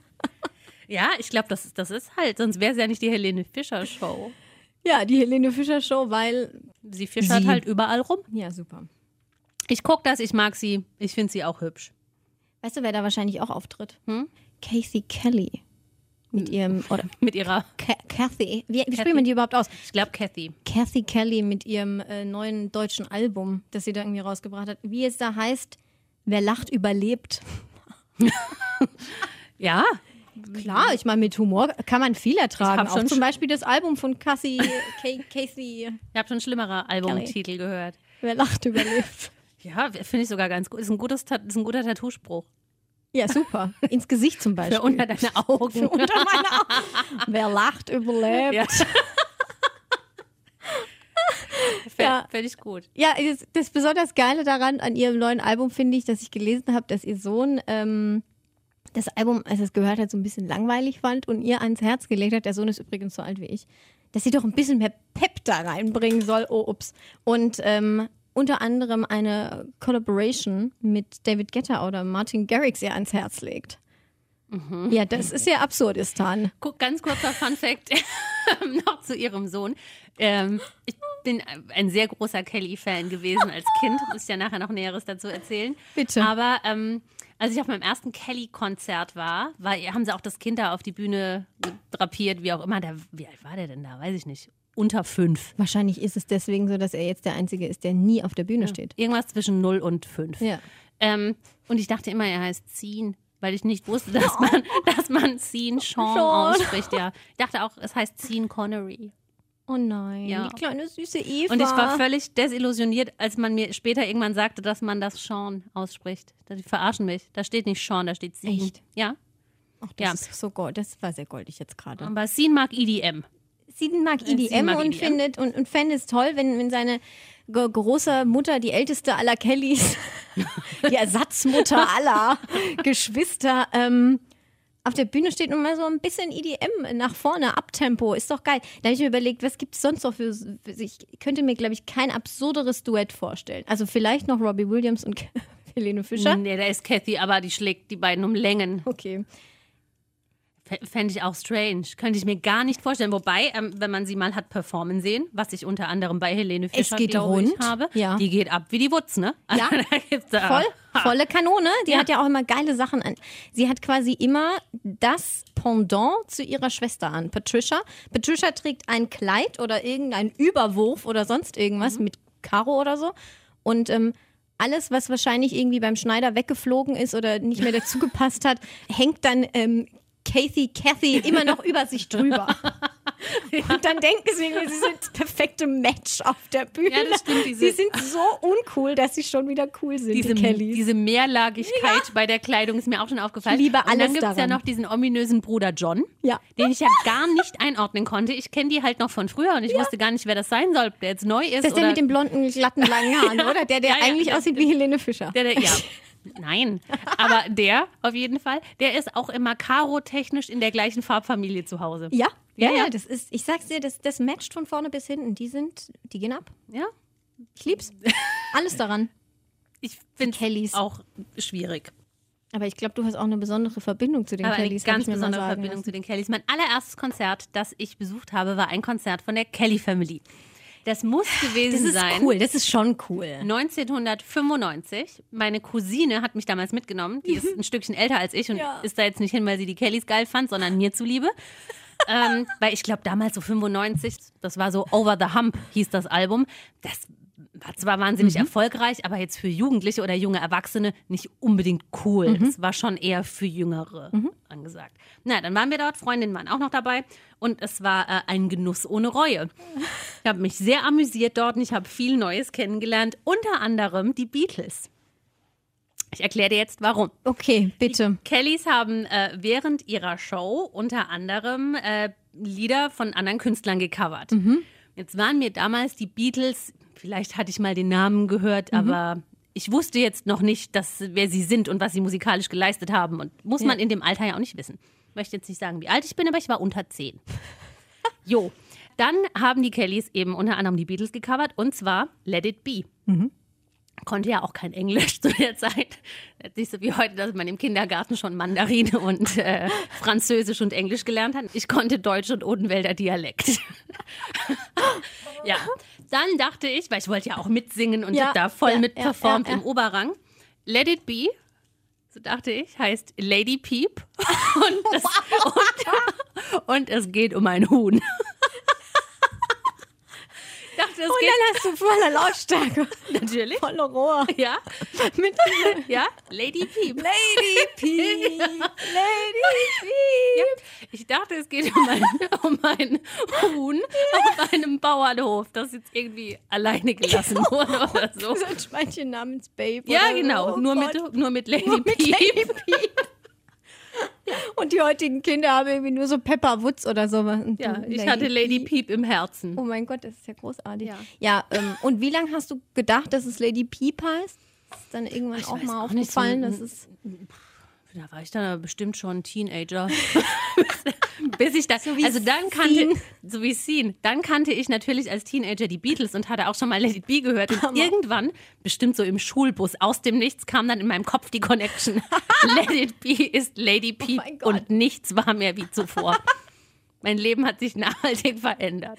[SPEAKER 3] Ja, ich glaube, das, das ist halt, sonst wäre es ja nicht die Helene Fischer Show.
[SPEAKER 2] Ja, die Helene Fischer Show, weil.
[SPEAKER 3] Sie fischert
[SPEAKER 2] Sie.
[SPEAKER 3] halt überall rum.
[SPEAKER 2] Ja, super.
[SPEAKER 3] Ich gucke das, ich mag sie, ich finde sie auch hübsch.
[SPEAKER 2] Weißt du, wer da wahrscheinlich auch auftritt? Kathy Kelly. Mit ihrem. Oder
[SPEAKER 3] Mit ihrer,
[SPEAKER 2] Ca- Kathy. Wie, wie spricht man die überhaupt aus?
[SPEAKER 3] ich glaube, Kathy.
[SPEAKER 2] Kathy Kelly mit ihrem äh, neuen deutschen Album, das sie da irgendwie rausgebracht hat. Wie es da heißt, wer lacht, überlebt.
[SPEAKER 3] Ja,
[SPEAKER 2] Klar, ich meine, mit Humor kann man viel ertragen.
[SPEAKER 3] hab schon
[SPEAKER 2] Auch zum
[SPEAKER 3] sch-
[SPEAKER 2] Beispiel das Album von Cassie, Ca- Casey,
[SPEAKER 3] ich habe schon schlimmere Albumtitel gehört.
[SPEAKER 2] wer lacht, überlebt.
[SPEAKER 3] Ja, finde ich sogar ganz gut. Ist ein, gutes, Tat- ist ein guter Tattoospruch.
[SPEAKER 2] Ja, super. Ins Gesicht zum Beispiel.
[SPEAKER 3] Für unter deine Augen.
[SPEAKER 2] unter meine Augen. Wer lacht, überlebt.
[SPEAKER 3] Ja.
[SPEAKER 2] Ja.
[SPEAKER 3] Finde ich gut.
[SPEAKER 2] Ja, das, das besonders Geile daran an ihrem neuen Album finde ich, dass ich gelesen habe, dass ihr Sohn ähm, das Album, als er es gehört hat, so ein bisschen langweilig fand und ihr ans Herz gelegt hat. Der Sohn ist übrigens so alt wie ich, dass sie doch ein bisschen mehr Pep da reinbringen soll. Oh, ups. Und ähm, unter anderem eine Collaboration mit David Guetta oder Martin Garrix ihr ans Herz legt.
[SPEAKER 3] Mhm.
[SPEAKER 2] Ja, das ist ja Absurdistan.
[SPEAKER 3] Gu- Ganz kurzer Fun Fact noch zu ihrem Sohn. Ähm, ich bin ein sehr großer Kelly-Fan gewesen als Kind. Muss ich ja nachher noch Näheres dazu erzählen.
[SPEAKER 2] Bitte.
[SPEAKER 3] Aber ähm, als ich auf meinem ersten Kelly-Konzert war, war, haben sie auch das Kind da auf die Bühne drapiert, wie auch immer. Der, wie alt war der denn da? Weiß ich nicht. Unter fünf.
[SPEAKER 2] Wahrscheinlich ist es deswegen so, dass er jetzt der Einzige ist, der nie auf der Bühne steht.
[SPEAKER 3] Irgendwas zwischen null und fünf.
[SPEAKER 2] Ja.
[SPEAKER 3] Ähm, und ich dachte immer, er heißt Zin, weil ich nicht wusste, dass man, dass man Zin Sean
[SPEAKER 2] Sean.
[SPEAKER 3] ausspricht. Ja. Ich dachte auch, es heißt Zin Connery.
[SPEAKER 2] Oh nein,
[SPEAKER 3] Ja.
[SPEAKER 2] die kleine süße Eva.
[SPEAKER 3] Und ich war völlig desillusioniert, als man mir später irgendwann sagte, dass man das Sean ausspricht. Die verarschen mich. Da steht nicht Sean, da steht Zin.
[SPEAKER 2] Echt?
[SPEAKER 3] Ja.
[SPEAKER 2] Ach, das
[SPEAKER 3] Ja.
[SPEAKER 2] ist so gold. Das war sehr goldig jetzt gerade.
[SPEAKER 3] Aber Zin mag E EDM.
[SPEAKER 2] Sie mag
[SPEAKER 3] Sie
[SPEAKER 2] EDM
[SPEAKER 3] mag
[SPEAKER 2] und
[SPEAKER 3] EDM.
[SPEAKER 2] findet und, und fände es toll, wenn, wenn seine g- große Mutter, die älteste aller Kellys, die Ersatzmutter aller Geschwister, ähm, auf der Bühne steht und mal so ein bisschen EDM nach vorne, Abtempo, ist doch geil. Da habe ich mir überlegt, was gibt es sonst noch für, für. Ich könnte mir, glaube ich, kein absurderes Duett vorstellen. Also vielleicht noch Robbie Williams und Helene Fischer.
[SPEAKER 3] Nee, da ist Kathy, aber die schlägt die beiden um Längen.
[SPEAKER 2] Okay.
[SPEAKER 3] Fände ich auch strange. Könnte ich mir gar nicht vorstellen. Wobei, ähm, wenn man sie mal hat performen sehen, was ich unter anderem bei Helene Fischer
[SPEAKER 2] geht
[SPEAKER 3] glaube
[SPEAKER 2] rund,
[SPEAKER 3] ich habe,
[SPEAKER 2] ja.
[SPEAKER 3] die geht ab wie die Wutz, ne?
[SPEAKER 2] Ja,
[SPEAKER 3] da gibt's da
[SPEAKER 2] Voll,
[SPEAKER 3] Ha.
[SPEAKER 2] volle Kanone. Die
[SPEAKER 3] Ja.
[SPEAKER 2] hat ja auch immer geile Sachen an. Sie hat quasi immer das Pendant zu ihrer Schwester an, Patricia. Patricia trägt ein Kleid oder irgendeinen Überwurf oder sonst irgendwas
[SPEAKER 3] Mhm.
[SPEAKER 2] mit Karo oder so. Und ähm, alles, was wahrscheinlich irgendwie beim Schneider weggeflogen ist oder nicht mehr dazu gepasst hat, hängt dann ähm, Kathy Cathy immer noch über sich drüber. Und dann denken sie, mir, sie sind das perfekte Match auf der Bühne.
[SPEAKER 3] Ja, das stimmt, diese-
[SPEAKER 2] sie sind so uncool, dass sie schon wieder cool sind,
[SPEAKER 3] Diese,
[SPEAKER 2] die Kellys.
[SPEAKER 3] diese Mehrlagigkeit bei der Kleidung ist mir auch schon aufgefallen.
[SPEAKER 2] Ich liebe
[SPEAKER 3] Und
[SPEAKER 2] alles
[SPEAKER 3] dann gibt's ja
[SPEAKER 2] daran.
[SPEAKER 3] noch diesen ominösen Bruder John,
[SPEAKER 2] Ja.
[SPEAKER 3] den ich ja gar nicht einordnen konnte. Ich kenne die halt noch von früher und ich wusste gar nicht, wer das sein soll, ob der jetzt neu ist.
[SPEAKER 2] das ist
[SPEAKER 3] oder
[SPEAKER 2] der mit den blonden, glatten, langen Haaren, oder? Der, der
[SPEAKER 3] Ja, ja,
[SPEAKER 2] eigentlich
[SPEAKER 3] das-
[SPEAKER 2] aussieht wie Helene Fischer.
[SPEAKER 3] Der, der, ja. Nein, aber der auf jeden Fall, der ist auch immer karo-technisch in der gleichen Farbfamilie zu Hause.
[SPEAKER 2] ja, ja,
[SPEAKER 3] Ja, ja.
[SPEAKER 2] ja, das ist, ich sag's dir, das, das matcht von vorne bis hinten. Die sind, die gehen ab.
[SPEAKER 3] Ja,
[SPEAKER 2] Ich lieb's. Alles daran.
[SPEAKER 3] ich finde
[SPEAKER 2] Kellys.
[SPEAKER 3] auch schwierig.
[SPEAKER 2] Aber ich glaube, du hast auch eine besondere Verbindung zu den
[SPEAKER 3] Aber
[SPEAKER 2] Kellys.
[SPEAKER 3] eine
[SPEAKER 2] hab
[SPEAKER 3] ganz
[SPEAKER 2] ich mir mal
[SPEAKER 3] besondere
[SPEAKER 2] sagen
[SPEAKER 3] Verbindung
[SPEAKER 2] lassen.
[SPEAKER 3] zu den Kellys. Mein allererstes Konzert, das ich besucht habe, war ein Konzert von der Kelly Family. Das muss
[SPEAKER 2] Das
[SPEAKER 3] gewesen
[SPEAKER 2] ist
[SPEAKER 3] sein.
[SPEAKER 2] cool, das ist schon cool.
[SPEAKER 3] 1995. Meine Cousine hat mich damals mitgenommen. Die ist ein Stückchen älter als ich und
[SPEAKER 2] Ja.
[SPEAKER 3] ist da jetzt nicht hin, weil sie die Kellys geil fand, sondern mir zuliebe. ähm, weil ich glaube, damals so 95, das war so Over the Hump, hieß das Album. Das war zwar wahnsinnig erfolgreich, aber jetzt für Jugendliche oder junge Erwachsene nicht unbedingt cool. Es war schon eher für Jüngere angesagt. Na, dann waren wir dort, Freundinnen waren auch noch dabei und es war äh, ein Genuss ohne Reue. Ich habe mich sehr amüsiert dort und ich habe viel Neues kennengelernt, unter anderem die Beatles. Ich erkläre dir jetzt warum.
[SPEAKER 2] Okay, bitte.
[SPEAKER 3] Kellys haben äh, während ihrer Show unter anderem äh, Lieder von anderen Künstlern gecovert. Jetzt waren mir damals die Beatles, vielleicht hatte ich mal den Namen gehört, aber ich wusste jetzt noch nicht, dass, wer sie sind und was sie musikalisch geleistet haben. Und muss man in dem Alter ja auch nicht wissen. Ich möchte jetzt nicht sagen, wie alt ich bin, aber ich war unter zehn. jo. Dann haben die Kellys eben unter anderem die Beatles gecovert und zwar Let It Be
[SPEAKER 2] Mhm.
[SPEAKER 3] konnte ja auch kein Englisch zu der Zeit. Jetzt Nicht so wie heute, dass man im Kindergarten schon Mandarine und äh, Französisch und Englisch gelernt hat. Ich konnte Deutsch und Odenwälder Dialekt. ja, dann dachte ich, weil ich wollte ja auch mitsingen und
[SPEAKER 2] Ja,
[SPEAKER 3] hab da voll
[SPEAKER 2] ja,
[SPEAKER 3] mitperformt
[SPEAKER 2] ja, ja, ja.
[SPEAKER 3] im Oberrang. Let it be, so dachte ich, heißt Lady Peep. Und es, und, und es geht um ein Huhn. Ich dachte, es
[SPEAKER 2] Und
[SPEAKER 3] geht
[SPEAKER 2] dann hast Oh, du voller Lautstärke,
[SPEAKER 3] natürlich.
[SPEAKER 2] voller Rohr.
[SPEAKER 3] um, Ja,
[SPEAKER 2] Mit
[SPEAKER 3] ja, Lady Peep.
[SPEAKER 2] Lady P. Lady
[SPEAKER 3] Ja. Ich dachte, es geht um ein, um ein Huhn auf einem Bauernhof, das jetzt irgendwie alleine gelassen wurde oder so.
[SPEAKER 2] So ein Schweinchen namens Babe.
[SPEAKER 3] Ja,
[SPEAKER 2] oder so.
[SPEAKER 3] genau.
[SPEAKER 2] Oh
[SPEAKER 3] nur,
[SPEAKER 2] Gott.
[SPEAKER 3] mit, nur mit Lady
[SPEAKER 2] Nur mit
[SPEAKER 3] Peep.
[SPEAKER 2] Lady Peep. Und die heutigen Kinder haben irgendwie nur so Pepper Woods oder sowas. Und
[SPEAKER 3] Ja,
[SPEAKER 2] du,
[SPEAKER 3] ich hatte Lady
[SPEAKER 2] Peep.
[SPEAKER 3] Peep im Herzen.
[SPEAKER 2] Oh mein Gott, das ist ja großartig.
[SPEAKER 3] Ja.
[SPEAKER 2] Ja, ähm, und wie lange hast du gedacht, dass es Lady Peep heißt? Ist dann irgendwann
[SPEAKER 3] Ich
[SPEAKER 2] auch
[SPEAKER 3] weiß
[SPEAKER 2] mal
[SPEAKER 3] auch nicht,
[SPEAKER 2] aufgefallen,
[SPEAKER 3] so ein-
[SPEAKER 2] dass es
[SPEAKER 3] Da war ich dann bestimmt schon Teenager. Bis ich da, also dann kannte, so wie Scene, dann kannte ich natürlich als Teenager die Beatles und hatte auch schon mal Let It Be gehört. Und irgendwann, bestimmt so im Schulbus, aus dem Nichts kam dann in meinem Kopf die Connection. Let It Be ist Lady P
[SPEAKER 2] Oh mein Gott.
[SPEAKER 3] und nichts war mehr wie zuvor. mein Leben hat sich nachhaltig verändert.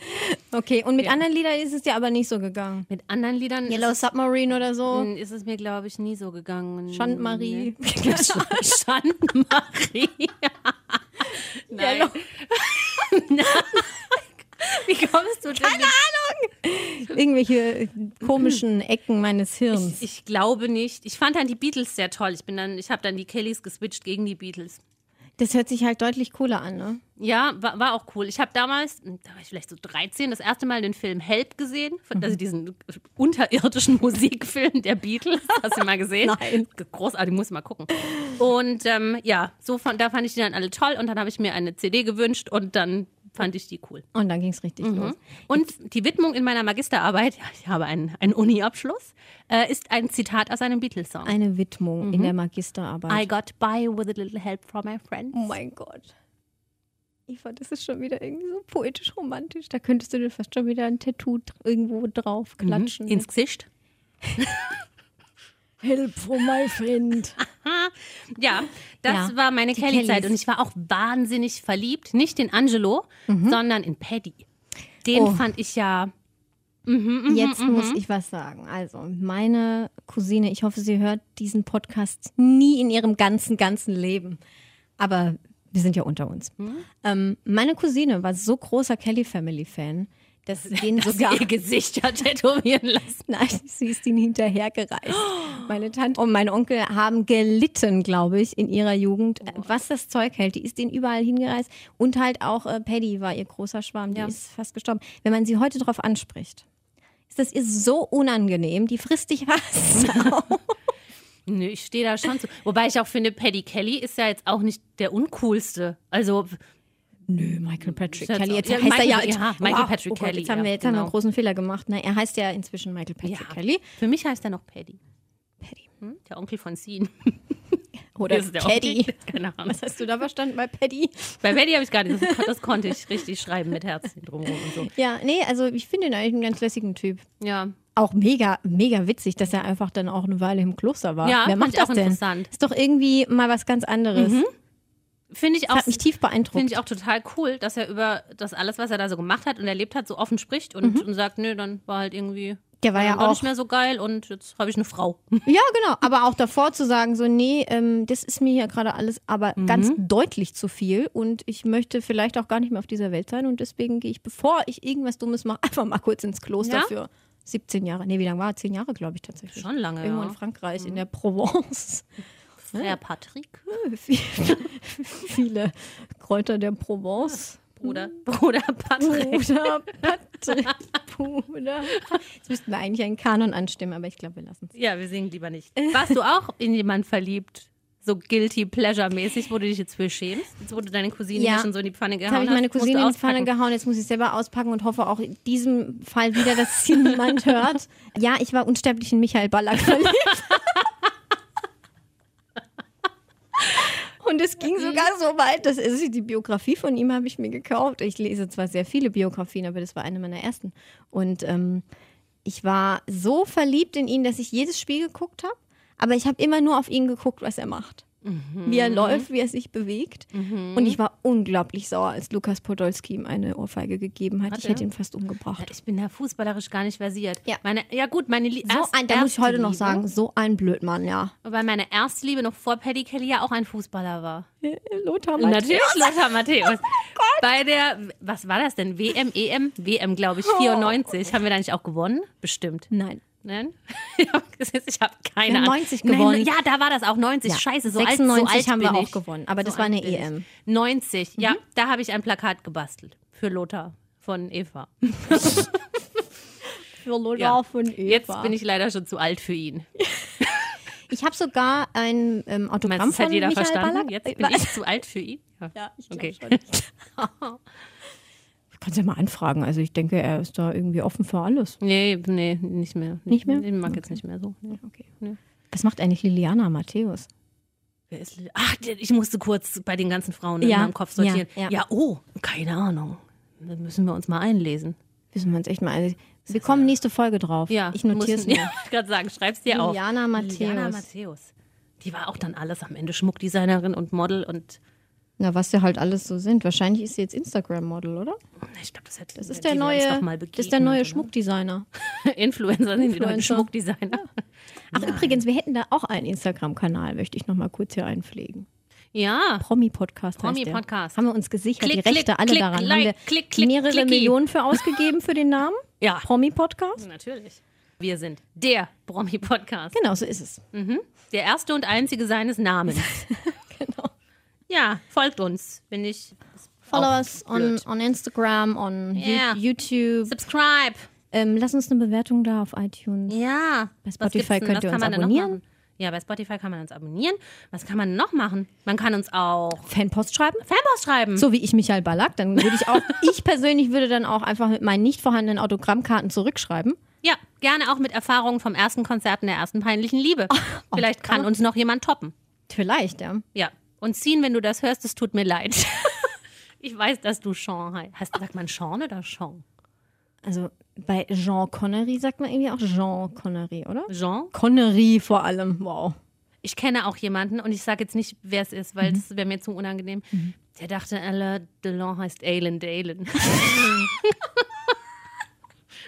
[SPEAKER 2] Okay, und mit anderen Liedern ist es dir aber nicht so gegangen.
[SPEAKER 3] Mit anderen Liedern
[SPEAKER 2] Yellow Submarine oder so.
[SPEAKER 3] ist, es, ist es mir, glaube ich, nie so gegangen. Ne?
[SPEAKER 2] Schandmarie.
[SPEAKER 3] Schandmarie. Nein.
[SPEAKER 2] Yellow.
[SPEAKER 3] Nein. Wie kommst du denn? mit-
[SPEAKER 2] Irgendwelche komischen Ecken meines Hirns.
[SPEAKER 3] Ich glaube nicht. Ich fand dann die Beatles sehr toll. Ich bin dann, ich habe dann die Kellys geswitcht gegen die Beatles.
[SPEAKER 2] Das hört sich halt deutlich cooler an, ne?
[SPEAKER 3] Ja, war, war auch cool. Ich habe damals, hm, da war ich vielleicht so 13, das erste Mal den Film Help gesehen. Von-
[SPEAKER 2] Mhm.
[SPEAKER 3] Also diesen unterirdischen Musikfilm der Beatles. Hast du mal gesehen?
[SPEAKER 2] Nein.
[SPEAKER 3] Großartig, muss mal gucken. Und ähm, ja, so fand, da fand ich die dann alle toll und dann habe ich mir eine CD gewünscht und dann fand ich die cool.
[SPEAKER 2] Und dann ging es richtig
[SPEAKER 3] Mhm.
[SPEAKER 2] los.
[SPEAKER 3] Und die Widmung in meiner Magisterarbeit, ja, ich habe einen, einen Uni-Abschluss, äh, ist ein Zitat aus einem Beatles-Song.
[SPEAKER 2] Eine Widmung
[SPEAKER 3] Mhm.
[SPEAKER 2] in der Magisterarbeit.
[SPEAKER 3] I got by with a little help from my friends.
[SPEAKER 2] oh mein Gott. Eva, das ist schon wieder irgendwie so poetisch romantisch. Da könntest du dir fast schon wieder ein Tattoo dr- irgendwo drauf klatschen.
[SPEAKER 3] Mhm. Ins Gesicht.
[SPEAKER 2] Help for my friend.
[SPEAKER 3] Ja, das
[SPEAKER 2] Ja,
[SPEAKER 3] war meine
[SPEAKER 2] die
[SPEAKER 3] Kelly-Zeit
[SPEAKER 2] Kellys.
[SPEAKER 3] und ich war auch wahnsinnig verliebt. Nicht in Angelo, sondern in Paddy. Den
[SPEAKER 2] Mhm. Oh.
[SPEAKER 3] fand ich ja.
[SPEAKER 2] Jetzt muss ich was sagen. Also, meine Cousine, ich hoffe, sie hört diesen Podcast nie in ihrem ganzen, ganzen Leben. Aber wir sind ja unter uns. Ähm, meine Cousine war so großer Kelly Family Fan, dass sie den sogar.
[SPEAKER 3] ihr Gesicht hat tätowieren lassen.
[SPEAKER 2] Nein, sie ist ihnen hinterhergereist. Meine Tante und mein Onkel haben gelitten, glaube ich, in ihrer Jugend, äh,
[SPEAKER 3] Oh.
[SPEAKER 2] was das Zeug hält. Die ist denen überall hingereist. Und halt auch äh, Paddy war ihr großer Schwarm, die
[SPEAKER 3] Ja.
[SPEAKER 2] ist fast gestorben. Wenn man sie heute drauf anspricht, ist das ihr so unangenehm. Die frisst dich was.
[SPEAKER 3] Nö, ich stehe da schon zu. Wobei ich auch finde, Paddy Kelly ist ja jetzt auch nicht der uncoolste. Also,
[SPEAKER 2] Nö, Michael Patrick
[SPEAKER 3] Ist jetzt
[SPEAKER 2] Kelly.
[SPEAKER 3] auch-
[SPEAKER 2] Jetzt
[SPEAKER 3] Ja,
[SPEAKER 2] heißt
[SPEAKER 3] Michael-
[SPEAKER 2] er ja,
[SPEAKER 3] ja, Michael Patrick
[SPEAKER 2] oh Gott,
[SPEAKER 3] Kelly,
[SPEAKER 2] Jetzt haben
[SPEAKER 3] ja,
[SPEAKER 2] wir, jetzt haben wir
[SPEAKER 3] genau.
[SPEAKER 2] einen großen Fehler gemacht. Na, er heißt ja inzwischen Michael
[SPEAKER 3] ja.
[SPEAKER 2] Patrick Kelly.
[SPEAKER 3] Für mich heißt er noch Paddy.
[SPEAKER 2] Paddy.
[SPEAKER 3] Hm? Der Onkel von Sean.
[SPEAKER 2] Oder
[SPEAKER 3] Ist der
[SPEAKER 2] Teddy.
[SPEAKER 3] Onkel? Keine Ahnung.
[SPEAKER 2] Was hast du da verstanden bei Paddy?
[SPEAKER 3] Bei Paddy habe ich gar nicht. Das, das konnte ich richtig schreiben mit Herzen drumherum und so.
[SPEAKER 2] Ja, nee, also ich finde ihn eigentlich einen ganz lässigen Typ.
[SPEAKER 3] Ja,
[SPEAKER 2] auch mega, mega witzig, dass er einfach dann auch eine Weile im Kloster war.
[SPEAKER 3] Ja,
[SPEAKER 2] Wer
[SPEAKER 3] fand
[SPEAKER 2] macht
[SPEAKER 3] ich auch
[SPEAKER 2] das denn?
[SPEAKER 3] interessant.
[SPEAKER 2] Ist doch irgendwie mal was ganz anderes.
[SPEAKER 3] finde ich
[SPEAKER 2] Das
[SPEAKER 3] auch.
[SPEAKER 2] hat mich tief beeindruckt.
[SPEAKER 3] Finde ich auch total cool, dass er über das alles, was er da so gemacht hat und erlebt hat, so offen spricht und, und sagt, nö, dann war halt irgendwie
[SPEAKER 2] Mhm. Der war ja
[SPEAKER 3] gar
[SPEAKER 2] auch.
[SPEAKER 3] nicht mehr so geil und jetzt habe ich eine Frau.
[SPEAKER 2] Ja, genau. Aber auch davor zu sagen, so, nee, ähm, das ist mir hier gerade alles aber
[SPEAKER 3] Mhm.
[SPEAKER 2] ganz deutlich zu viel und ich möchte vielleicht auch gar nicht mehr auf dieser Welt sein und deswegen gehe ich, bevor ich irgendwas Dummes mache, einfach mal kurz ins Kloster
[SPEAKER 3] Ja.
[SPEAKER 2] für 17 Jahre. Nee, wie lange war er? 10 Jahre, glaube ich, tatsächlich.
[SPEAKER 3] Schon lange,
[SPEAKER 2] Irgendwo
[SPEAKER 3] ja. Mhm.
[SPEAKER 2] in Frankreich, in der Provence.
[SPEAKER 3] Herr Patrick,
[SPEAKER 2] Viele Kräuter der Provence.
[SPEAKER 3] Bruder,
[SPEAKER 2] Mhm.
[SPEAKER 3] Bruder Patrick.
[SPEAKER 2] Bruder Patrick, Bruder. Jetzt müssten wir eigentlich einen Kanon anstimmen, aber ich glaube, wir lassen es.
[SPEAKER 3] Ja, wir singen lieber nicht. Warst du auch in jemanden verliebt? So guilty pleasure mäßig, wo du dich jetzt für schämst? Jetzt wurde deine Cousine
[SPEAKER 2] Ja.
[SPEAKER 3] ja schon so in die Pfanne
[SPEAKER 2] Jetzt habe
[SPEAKER 3] gehauen.
[SPEAKER 2] ich meine
[SPEAKER 3] hast, musst
[SPEAKER 2] Cousine
[SPEAKER 3] du
[SPEAKER 2] in die Pfanne
[SPEAKER 3] auspacken.
[SPEAKER 2] gehauen, jetzt muss ich selber auspacken und hoffe auch in diesem Fall wieder, dass es hier niemand hört. Ja, ich war unsterblich in Michael Ballack verliebt. Und es ging sogar so weit, dass also die Biografie von ihm habe ich mir gekauft. Ich lese zwar sehr viele Biografien, aber das war eine meiner ersten. Und ähm, ich war so verliebt in ihn, dass ich jedes Spiel geguckt habe, aber ich habe immer nur auf ihn geguckt, was er macht.
[SPEAKER 3] Mhm.
[SPEAKER 2] Wie er läuft, wie er sich bewegt. Und ich war unglaublich sauer, als Lukas Podolski ihm eine Ohrfeige gegeben hat. ich
[SPEAKER 3] er?
[SPEAKER 2] hätte ihn fast umgebracht.
[SPEAKER 3] Ich bin da fußballerisch gar nicht versiert.
[SPEAKER 2] Ja.
[SPEAKER 3] meine, ja gut, meine Lie-
[SPEAKER 2] So
[SPEAKER 3] erst-
[SPEAKER 2] ein, da muss ich heute noch
[SPEAKER 3] Erstliebe.
[SPEAKER 2] sagen, so ein Blödmann, ja.
[SPEAKER 3] Wobei meine Erstliebe noch vor Paddy Kelly ja auch ein Fußballer war.
[SPEAKER 2] Lothar
[SPEAKER 3] Natürlich Lothar Matthäus.
[SPEAKER 2] Oh
[SPEAKER 3] Bei der, was war das denn? E WM, EM? WM, glaube
[SPEAKER 2] Oh.
[SPEAKER 3] ich, 94. Haben wir da nicht auch gewonnen? Bestimmt.
[SPEAKER 2] Nein.
[SPEAKER 3] Nein? ich habe keine
[SPEAKER 2] Wir haben
[SPEAKER 3] Ahnung.
[SPEAKER 2] 90
[SPEAKER 3] Nein,
[SPEAKER 2] gewonnen.
[SPEAKER 3] ja, da war das auch 90.
[SPEAKER 2] Ja.
[SPEAKER 3] Scheiße, so alt,
[SPEAKER 2] 96
[SPEAKER 3] so alt
[SPEAKER 2] haben wir
[SPEAKER 3] bin
[SPEAKER 2] auch
[SPEAKER 3] ich.
[SPEAKER 2] gewonnen, aber
[SPEAKER 3] so
[SPEAKER 2] das war
[SPEAKER 3] alt
[SPEAKER 2] eine E Mhm.
[SPEAKER 3] bin ich.
[SPEAKER 2] EM.
[SPEAKER 3] 90, ja. Da habe ich ein Plakat gebastelt für Lothar von Eva.
[SPEAKER 2] Für Lothar
[SPEAKER 3] Ja.
[SPEAKER 2] von Eva.
[SPEAKER 3] Jetzt bin ich leider schon zu alt für ihn.
[SPEAKER 2] Ich habe sogar ein ähm, Autogramm
[SPEAKER 3] Meinst du, das
[SPEAKER 2] von
[SPEAKER 3] hat jeder
[SPEAKER 2] Michael
[SPEAKER 3] verstanden?
[SPEAKER 2] Ballack.
[SPEAKER 3] Jetzt bin ich zu alt für ihn.
[SPEAKER 2] Ja, ich glaube
[SPEAKER 3] Okay.
[SPEAKER 2] schon. Kannst ja mal anfragen. Also ich denke, er ist da irgendwie offen für alles.
[SPEAKER 3] Nee, nee, nicht mehr.
[SPEAKER 2] Nicht mehr?
[SPEAKER 3] Ich mag jetzt nicht mehr so. Nee.
[SPEAKER 2] Okay. Was macht eigentlich Liliana Matthäus?
[SPEAKER 3] Wer ist Lydia? Ach, ich musste kurz bei den ganzen Frauen in
[SPEAKER 2] Ja,
[SPEAKER 3] meinem Kopf sortieren.
[SPEAKER 2] ja,
[SPEAKER 3] Ja,
[SPEAKER 2] ja.
[SPEAKER 3] oh, keine Ahnung. Dann müssen wir uns mal einlesen.
[SPEAKER 2] Wissen wir uns echt mal. ein- Wir kommen nächste Folge drauf.
[SPEAKER 3] Ja,
[SPEAKER 2] ich notiere es
[SPEAKER 3] mussten-
[SPEAKER 2] mir.
[SPEAKER 3] Ich gerade sagen, schreib's dir auf.
[SPEAKER 2] Juliana Matthäus.
[SPEAKER 3] Juliana Matthäus. Die war auch dann alles am Ende Schmuckdesignerin und Model und
[SPEAKER 2] Na, was ja halt alles so sind. Wahrscheinlich ist sie jetzt Instagram-Model, oder?
[SPEAKER 3] Na, oh, ich glaube, das hätte
[SPEAKER 2] Das ist
[SPEAKER 3] die
[SPEAKER 2] der
[SPEAKER 3] wäre uns
[SPEAKER 2] neue,
[SPEAKER 3] doch mal begegnet,
[SPEAKER 2] das ist der neue
[SPEAKER 3] oder?
[SPEAKER 2] Schmuckdesigner.
[SPEAKER 3] Influencer sind die neuen
[SPEAKER 2] Influencer.
[SPEAKER 3] Schmuckdesigner.
[SPEAKER 2] Ach, übrigens, wir hätten da auch einen Instagram-Kanal, möchte ich nochmal kurz hier einpflegen.
[SPEAKER 3] Ja.
[SPEAKER 2] Promi-Podcast. heißt der.
[SPEAKER 3] Promi-Podcast.
[SPEAKER 2] Haben wir uns gesichert,
[SPEAKER 3] Klick,
[SPEAKER 2] die Rechte
[SPEAKER 3] klick,
[SPEAKER 2] alle
[SPEAKER 3] klick,
[SPEAKER 2] daran.
[SPEAKER 3] like,
[SPEAKER 2] Haben wir
[SPEAKER 3] klick, klick,
[SPEAKER 2] mehrere
[SPEAKER 3] klicki.
[SPEAKER 2] Millionen für ausgegeben für den Namen?
[SPEAKER 3] Ja.
[SPEAKER 2] Promi-Podcast?
[SPEAKER 3] Natürlich. Wir sind der Promi-Podcast.
[SPEAKER 2] Genau, so ist es.
[SPEAKER 3] Der erste und einzige seines Namens.
[SPEAKER 2] Genau.
[SPEAKER 3] Ja, folgt uns, wenn ich.
[SPEAKER 2] Follow
[SPEAKER 3] Auch
[SPEAKER 2] us on,
[SPEAKER 3] blöd.
[SPEAKER 2] on Instagram, on Yo-
[SPEAKER 3] Yeah.
[SPEAKER 2] YouTube.
[SPEAKER 3] Subscribe.
[SPEAKER 2] Ähm, lass uns eine Bewertung da auf iTunes. Bei
[SPEAKER 3] Ja. Was gibt's
[SPEAKER 2] Spotify
[SPEAKER 3] denn?
[SPEAKER 2] könnt
[SPEAKER 3] Was
[SPEAKER 2] ihr
[SPEAKER 3] kann
[SPEAKER 2] uns
[SPEAKER 3] man denn noch
[SPEAKER 2] abonnieren.
[SPEAKER 3] machen? Ja, bei Spotify kann man uns abonnieren. Was kann man noch machen? Man kann uns auch
[SPEAKER 2] Fanpost schreiben?
[SPEAKER 3] Fanpost schreiben.
[SPEAKER 2] So wie ich Michael Ballack, dann würde ich auch, ich persönlich würde dann auch einfach mit meinen nicht vorhandenen Autogrammkarten zurückschreiben.
[SPEAKER 3] Ja, gerne auch mit Erfahrungen vom ersten Konzert in der ersten peinlichen Liebe.
[SPEAKER 2] Oh,
[SPEAKER 3] Vielleicht
[SPEAKER 2] kann
[SPEAKER 3] kann uns noch jemand toppen.
[SPEAKER 2] Vielleicht, ja.
[SPEAKER 3] Ja. Und ziehen, wenn du das hörst, es tut mir leid. ich weiß, dass du Sean heißt. Heißt- Sagt man Sean oder Sean?
[SPEAKER 2] Also bei Jean Connery sagt man irgendwie auch Jean Connery, oder?
[SPEAKER 3] Jean?
[SPEAKER 2] Connery vor allem, wow.
[SPEAKER 3] Ich kenne auch jemanden und ich sage jetzt nicht, wer es ist,
[SPEAKER 2] Mhm.
[SPEAKER 3] weil das wäre mir zu unangenehm. Der dachte, Alain Delon heißt Alan Dalen. und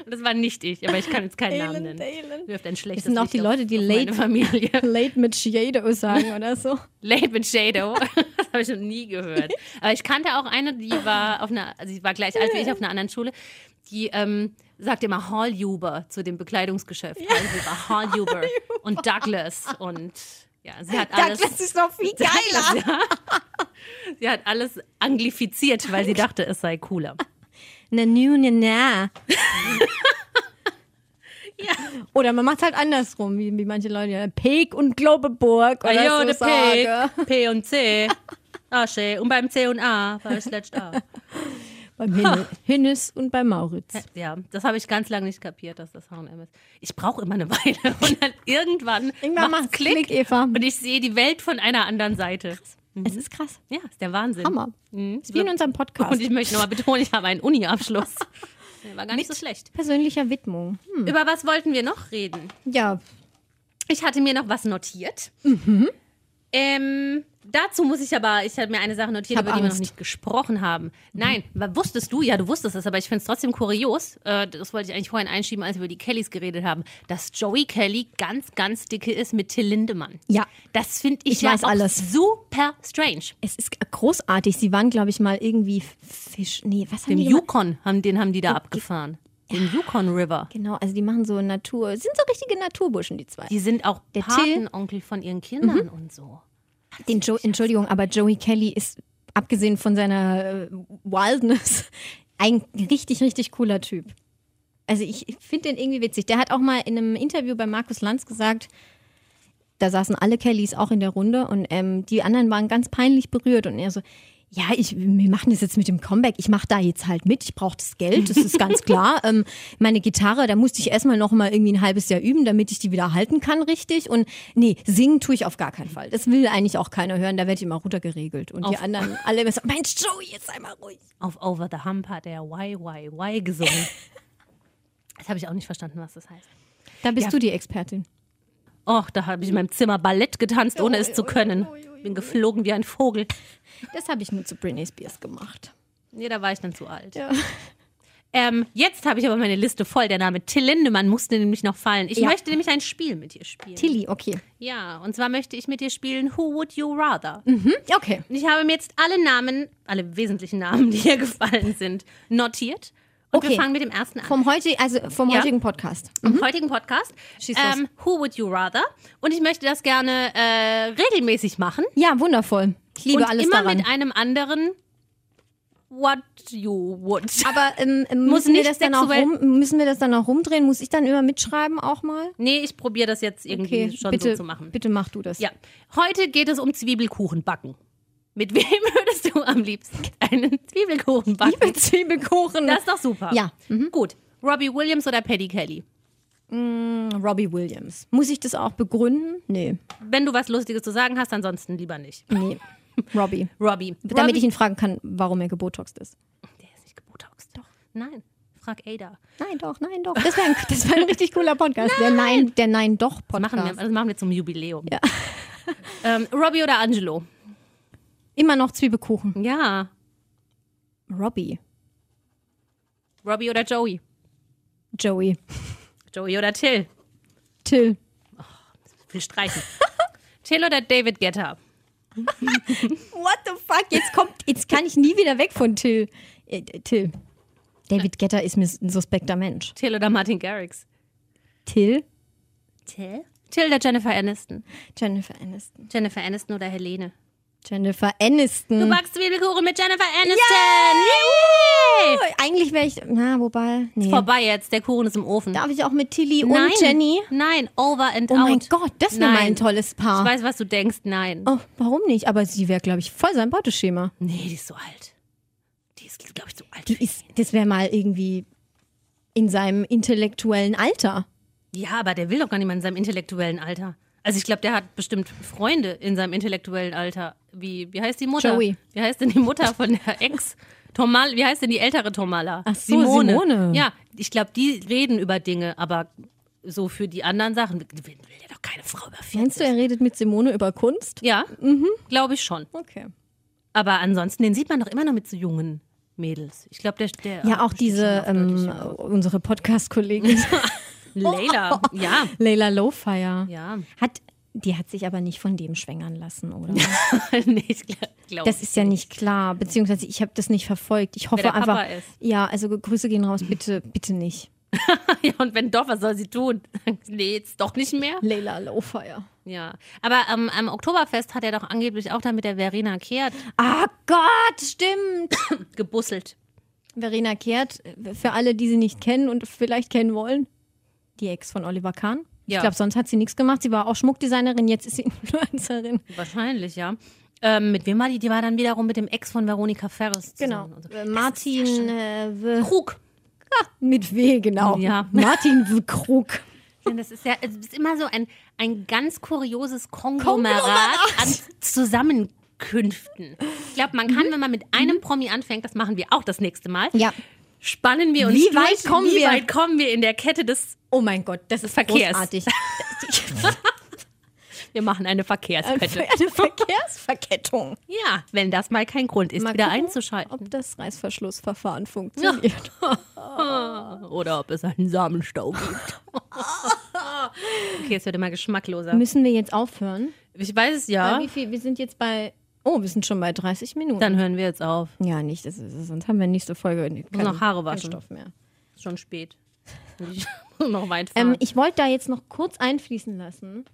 [SPEAKER 3] das war nicht ich, aber ich kann jetzt keinen Namen nennen.
[SPEAKER 2] Dalen.
[SPEAKER 3] Wirft ein schlechtes
[SPEAKER 2] Das sind auch
[SPEAKER 3] Licht
[SPEAKER 2] die
[SPEAKER 3] auf-
[SPEAKER 2] Leute, die
[SPEAKER 3] auf
[SPEAKER 2] late,
[SPEAKER 3] meine Familie.
[SPEAKER 2] late mit Shadow sagen oder so.
[SPEAKER 3] Late mit Shadow. Das habe ich noch nie gehört. Aber ich kannte auch eine, die war auf einer, also sie war gleich alt wie ich auf einer anderen Schule, die ähm, sagte immer Hallhuber zu dem Bekleidungsgeschäft. Hallhuber, Hallhuber und Douglas und ja, sie hat alles.
[SPEAKER 2] Douglas ist noch viel geiler.
[SPEAKER 3] Sie hat alles anglifiziert, weil sie dachte, es sei cooler.
[SPEAKER 2] Na, nu, na, na. Oder man macht es halt andersrum, wie, wie manche Leute. ja, Peek und Globeburg oder so sagen.
[SPEAKER 3] P, P und C. Asche. Und beim C und A war ich letzt A.
[SPEAKER 2] Beim Hin Hinnes und bei Mauritz.
[SPEAKER 3] Ja, das habe ich ganz lange nicht kapiert, dass das H&M ist. Ich brauche immer eine Weile und dann irgendwann,
[SPEAKER 2] Irgendwann
[SPEAKER 3] macht's
[SPEAKER 2] macht's Klick, Eva.
[SPEAKER 3] und ich sehe die Welt von einer anderen Seite.
[SPEAKER 2] Es ist krass.
[SPEAKER 3] Ja, ist der Wahnsinn.
[SPEAKER 2] Hammer.
[SPEAKER 3] Mhm.
[SPEAKER 2] Ist wie in unserem Podcast.
[SPEAKER 3] Und ich möchte nochmal betonen, ich habe einen Uni-Abschluss. Der War gar nicht so schlecht.
[SPEAKER 2] Persönlicher Widmung.
[SPEAKER 3] Über was wollten wir noch reden?
[SPEAKER 2] Ja,
[SPEAKER 3] Ich hatte mir noch was notiert.
[SPEAKER 2] Mhm.
[SPEAKER 3] Ähm, dazu muss ich aber, ich habe mir eine Sache notiert,
[SPEAKER 2] hab
[SPEAKER 3] über die wir noch
[SPEAKER 2] Angst. Mhm.
[SPEAKER 3] nicht gesprochen haben. Nein, wa- wusstest du, ja, du wusstest es, aber ich finde es trotzdem kurios. Äh, das wollte ich eigentlich vorhin einschieben, als wir über die Kellys geredet haben, dass Joey Kelly ganz, ganz dicke ist mit Till Lindemann.
[SPEAKER 2] Ja.
[SPEAKER 3] Das finde ich,
[SPEAKER 2] Ich
[SPEAKER 3] ja
[SPEAKER 2] weiß
[SPEAKER 3] auch
[SPEAKER 2] alles.
[SPEAKER 3] super strange.
[SPEAKER 2] es ist großartig. Sie waren, glaube ich, mal irgendwie Fisch. Nee, was haben
[SPEAKER 3] Den
[SPEAKER 2] die gemacht?
[SPEAKER 3] Yukon, haben, den haben die da abgefahren. Den Yukon River.
[SPEAKER 2] Genau, also die machen so Natur. Sind so richtige Naturburschen, die zwei.
[SPEAKER 3] Die sind auch
[SPEAKER 2] Der Till- Mhm.
[SPEAKER 3] Patenonkel von ihren Kindern und so.
[SPEAKER 2] Den jo Entschuldigung, aber Joey Kelly ist, abgesehen von seiner äh, Wildness, ein richtig, richtig cooler Typ. Also ich finde den irgendwie witzig. Der hat auch mal in einem Interview bei Markus Lanz gesagt, da saßen alle Kellys auch in der Runde und ähm, die anderen waren ganz peinlich berührt und er so, ja, ich, wir machen das jetzt mit dem Comeback. Ich mache da jetzt halt mit. Ich brauche das Geld, das ist ganz klar. ähm, meine Gitarre, da musste ich erstmal noch mal irgendwie ein halbes Jahr üben, damit ich die wieder halten kann, richtig. Und nee, singen tue ich auf gar keinen Fall. Das will eigentlich auch keiner hören. Da werde ich immer runtergeregelt. Und die
[SPEAKER 3] Auf-
[SPEAKER 2] anderen alle immer so, Mensch, Joey, jetzt sei mal ruhig.
[SPEAKER 3] auf Over the Hump hat er Why, Why, Why gesungen. Das habe ich auch nicht verstanden, was das heißt.
[SPEAKER 2] Da bist
[SPEAKER 3] Ja.
[SPEAKER 2] du die Expertin.
[SPEAKER 3] Och, da habe ich in
[SPEAKER 2] Mhm.
[SPEAKER 3] meinem Zimmer Ballett getanzt, ohne es zu können. Bin geflogen wie ein Vogel.
[SPEAKER 2] Das habe ich nur zu Britney Spears gemacht.
[SPEAKER 3] Nee, da war ich dann zu alt.
[SPEAKER 2] Ja.
[SPEAKER 3] Ähm, jetzt habe ich aber meine Liste voll. Der Name Till Lindemann musste nämlich noch fallen. Ich
[SPEAKER 2] Ja.
[SPEAKER 3] möchte nämlich ein Spiel mit dir spielen.
[SPEAKER 2] Tilly, okay.
[SPEAKER 3] Ja, und zwar möchte ich mit dir spielen Who Would You Rather?
[SPEAKER 2] Okay.
[SPEAKER 3] Und ich habe mir jetzt alle Namen, alle wesentlichen Namen, die hier gefallen sind, notiert. Und
[SPEAKER 2] Okay.
[SPEAKER 3] wir fangen mit dem ersten an.
[SPEAKER 2] Vom, heutig, also vom
[SPEAKER 3] Ja.
[SPEAKER 2] heutigen Podcast.
[SPEAKER 3] im heutigen Podcast.
[SPEAKER 2] Mhm. Schieß los.
[SPEAKER 3] Ähm, Who would you rather? Und ich möchte das gerne äh, regelmäßig machen.
[SPEAKER 2] Ja, wundervoll. Ich liebe
[SPEAKER 3] und
[SPEAKER 2] alles
[SPEAKER 3] immer
[SPEAKER 2] daran.
[SPEAKER 3] mit einem anderen What you would.
[SPEAKER 2] Aber ähm, ähm,
[SPEAKER 3] Muss
[SPEAKER 2] müssen, wir
[SPEAKER 3] nicht
[SPEAKER 2] das dann auch
[SPEAKER 3] sexuell-
[SPEAKER 2] rum, müssen wir das dann auch rumdrehen? Muss ich dann immer mitschreiben auch mal?
[SPEAKER 3] Nee, ich probiere das jetzt irgendwie Mhm, schon
[SPEAKER 2] bitte,
[SPEAKER 3] so zu machen.
[SPEAKER 2] bitte mach du das.
[SPEAKER 3] Ja, heute geht es um Zwiebelkuchen backen. Mit wem würdest du am liebsten einen Zwiebelkuchen backen?
[SPEAKER 2] Liebe Zwiebelkuchen.
[SPEAKER 3] Das ist doch super.
[SPEAKER 2] Ja. Mhm.
[SPEAKER 3] Gut. Robbie Williams oder Paddy Kelly?
[SPEAKER 2] Mm, Robbie Williams. Muss ich das auch begründen? Nee.
[SPEAKER 3] Wenn du was Lustiges zu sagen hast, ansonsten lieber nicht.
[SPEAKER 2] Nee. Robbie.
[SPEAKER 3] Robbie.
[SPEAKER 2] Damit
[SPEAKER 3] Robbie-
[SPEAKER 2] ich ihn fragen kann, warum er gebotoxt ist.
[SPEAKER 3] Der ist nicht gebotoxt. Doch. Nein. Frag Ada.
[SPEAKER 2] Nein, doch, nein, doch. Das wäre ein, das wär ein richtig cooler Podcast. Der Nein, der Nein, doch Podcast.
[SPEAKER 3] Machen wir, das machen wir zum Jubiläum. Ja. ähm, Robbie oder Angelo?
[SPEAKER 2] Immer noch Zwiebelkuchen.
[SPEAKER 3] Ja.
[SPEAKER 2] Robbie.
[SPEAKER 3] Robbie oder Joey?
[SPEAKER 2] Joey.
[SPEAKER 3] Joey oder Till?
[SPEAKER 2] Till.
[SPEAKER 3] Viel streichen. Till oder David Getter?
[SPEAKER 2] What the fuck? Jetzt kommt, jetzt kann ich nie wieder weg von Till. Äh, Till. David Getter ist mir ein suspekter Mensch.
[SPEAKER 3] Till oder Martin Garrix?
[SPEAKER 2] Till.
[SPEAKER 3] Till? Till oder Jennifer Aniston?
[SPEAKER 2] Jennifer Aniston.
[SPEAKER 3] Jennifer Aniston oder Helene?
[SPEAKER 2] Jennifer Aniston.
[SPEAKER 3] Du backst Zwiebelkuchen mit Jennifer Aniston! Yay!
[SPEAKER 2] Oh, Eigentlich wäre ich, na, wobei, nee.
[SPEAKER 3] Vorbei jetzt, der Kuchen ist im Ofen.
[SPEAKER 2] Darf ich auch mit Tilly
[SPEAKER 3] Nein.
[SPEAKER 2] und Jenny?
[SPEAKER 3] Nein, over and
[SPEAKER 2] Oh
[SPEAKER 3] out.
[SPEAKER 2] mein Gott, das wäre mal
[SPEAKER 3] Nein.
[SPEAKER 2] ein tolles Paar.
[SPEAKER 3] Ich weiß, was du denkst, nein.
[SPEAKER 2] Oh, warum nicht? Aber sie wäre, glaube ich, voll sein Beuteschema.
[SPEAKER 3] Nee, die ist so alt. Die ist, glaube ich, so alt.
[SPEAKER 2] Die ist, das wäre mal irgendwie in seinem intellektuellen Alter.
[SPEAKER 3] ja, aber der will doch gar niemand in seinem intellektuellen Alter. Also ich glaube, der hat bestimmt Freunde in seinem intellektuellen Alter. Wie, wie heißt die Mutter?
[SPEAKER 2] Joey.
[SPEAKER 3] Wie heißt denn die Mutter von der Ex? Tomal, wie heißt denn die ältere Tomala?
[SPEAKER 2] Ach so, Simone.
[SPEAKER 3] Ja, ich glaube, die reden über Dinge, aber so für die anderen Sachen will, will ja doch keine Frau über 40.
[SPEAKER 2] Meinst du, Mhm. er redet mit Simone über Kunst?
[SPEAKER 3] Ja, glaube ich schon.
[SPEAKER 2] Okay.
[SPEAKER 3] Aber ansonsten, den sieht man doch immer noch mit so jungen Mädels. Ich glaube, der, der
[SPEAKER 2] Ja, auch
[SPEAKER 3] steht
[SPEAKER 2] diese,
[SPEAKER 3] schon auf
[SPEAKER 2] ähm,
[SPEAKER 3] deutlich.
[SPEAKER 2] unsere Podcast-Kollegin
[SPEAKER 3] Layla, ja.
[SPEAKER 2] Leila Lowfire.
[SPEAKER 3] Ja,
[SPEAKER 2] Hat, die hat sich aber nicht von dem schwängern lassen, oder?
[SPEAKER 3] nee, ich glaube.
[SPEAKER 2] Das ist ja nicht klar, beziehungsweise ich habe das nicht verfolgt. Ich hoffe
[SPEAKER 3] der Papa
[SPEAKER 2] einfach.
[SPEAKER 3] ist.
[SPEAKER 2] Ja, also Grüße gehen raus, bitte, bitte nicht.
[SPEAKER 3] ja, und wenn doch, was soll sie tun? nee, jetzt doch nicht mehr.
[SPEAKER 2] Leila Lowfire.
[SPEAKER 3] Ja. Aber ähm, am Oktoberfest hat er doch angeblich auch dann mit der Verena Kehrt
[SPEAKER 2] Ah Gott, stimmt.
[SPEAKER 3] gebusselt.
[SPEAKER 2] Verena Kehrt, äh, für alle, die sie nicht kennen und vielleicht kennen wollen, die Ex von Oliver Kahn.
[SPEAKER 3] Ja.
[SPEAKER 2] Ich glaube, sonst hat sie nichts gemacht. Sie war auch Schmuckdesignerin, jetzt ist sie Influencerin.
[SPEAKER 3] Wahrscheinlich, ja. Ähm, mit wem war die? Die war dann wiederum mit dem Ex von Veronika Ferris. zusammen und So.
[SPEAKER 2] Äh, Martin äh, W-
[SPEAKER 3] Krug.
[SPEAKER 2] mit W, genau.
[SPEAKER 3] Ja.
[SPEAKER 2] Martin W. Krug.
[SPEAKER 3] Ja, Das ist ja es ist immer so ein, ein ganz kurioses Konglomerat, an Zusammenkünften. Ich glaube, man kann, wenn man mit einem Promi anfängt, das machen wir auch das nächste Mal,
[SPEAKER 2] Mhm. Ja.
[SPEAKER 3] spannen wir uns
[SPEAKER 2] Wie
[SPEAKER 3] durch,
[SPEAKER 2] weit kommen
[SPEAKER 3] wie
[SPEAKER 2] wir?
[SPEAKER 3] weit kommen wir in der Kette des,
[SPEAKER 2] Oh mein Gott, das ist
[SPEAKER 3] Verkehrs.
[SPEAKER 2] großartig.
[SPEAKER 3] Äh, wir machen eine Verkehrskette.
[SPEAKER 2] Eine Verkehrsverkettung.
[SPEAKER 3] Ja, wenn das mal kein Grund ist,
[SPEAKER 2] Mal
[SPEAKER 3] wieder
[SPEAKER 2] gucken,
[SPEAKER 3] einzuschalten.
[SPEAKER 2] Ob das Reißverschlussverfahren funktioniert.
[SPEAKER 3] Oder ob es einen Samenstau gibt. okay, es wird immer geschmackloser.
[SPEAKER 2] Müssen wir jetzt aufhören?
[SPEAKER 3] Ich weiß es
[SPEAKER 2] Bei
[SPEAKER 3] ja.
[SPEAKER 2] Wie viel? Wir sind jetzt bei. Oh, wir sind schon bei 30 Minuten.
[SPEAKER 3] Dann hören wir jetzt auf.
[SPEAKER 2] Ja, nicht. Das ist, sonst haben wir nächste Folge keinen,
[SPEAKER 3] noch Haare
[SPEAKER 2] keinen
[SPEAKER 3] waschen.
[SPEAKER 2] Stoff mehr.
[SPEAKER 3] Ist schon spät. Ich muss noch weit fahren.
[SPEAKER 2] Ähm, ich wollte da jetzt noch kurz einfließen lassen,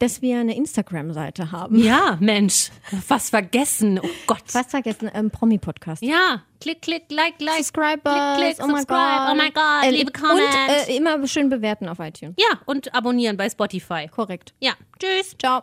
[SPEAKER 2] dass wir eine Instagram-Seite haben.
[SPEAKER 3] Ja, Mensch, was vergessen. Oh Gott.
[SPEAKER 2] Fast vergessen, ähm, Promi-Podcast.
[SPEAKER 3] Ja, klick, klick, like, like.
[SPEAKER 2] Subscribers,
[SPEAKER 3] Klick, klick,
[SPEAKER 2] oh mein
[SPEAKER 3] subscribe,
[SPEAKER 2] Gott.
[SPEAKER 3] oh mein Gott,
[SPEAKER 2] Äh,
[SPEAKER 3] liebe
[SPEAKER 2] Und
[SPEAKER 3] Comments.
[SPEAKER 2] äh, immer schön bewerten auf iTunes.
[SPEAKER 3] Ja, und abonnieren bei Spotify.
[SPEAKER 2] Korrekt.
[SPEAKER 3] Ja, tschüss.
[SPEAKER 2] Ciao.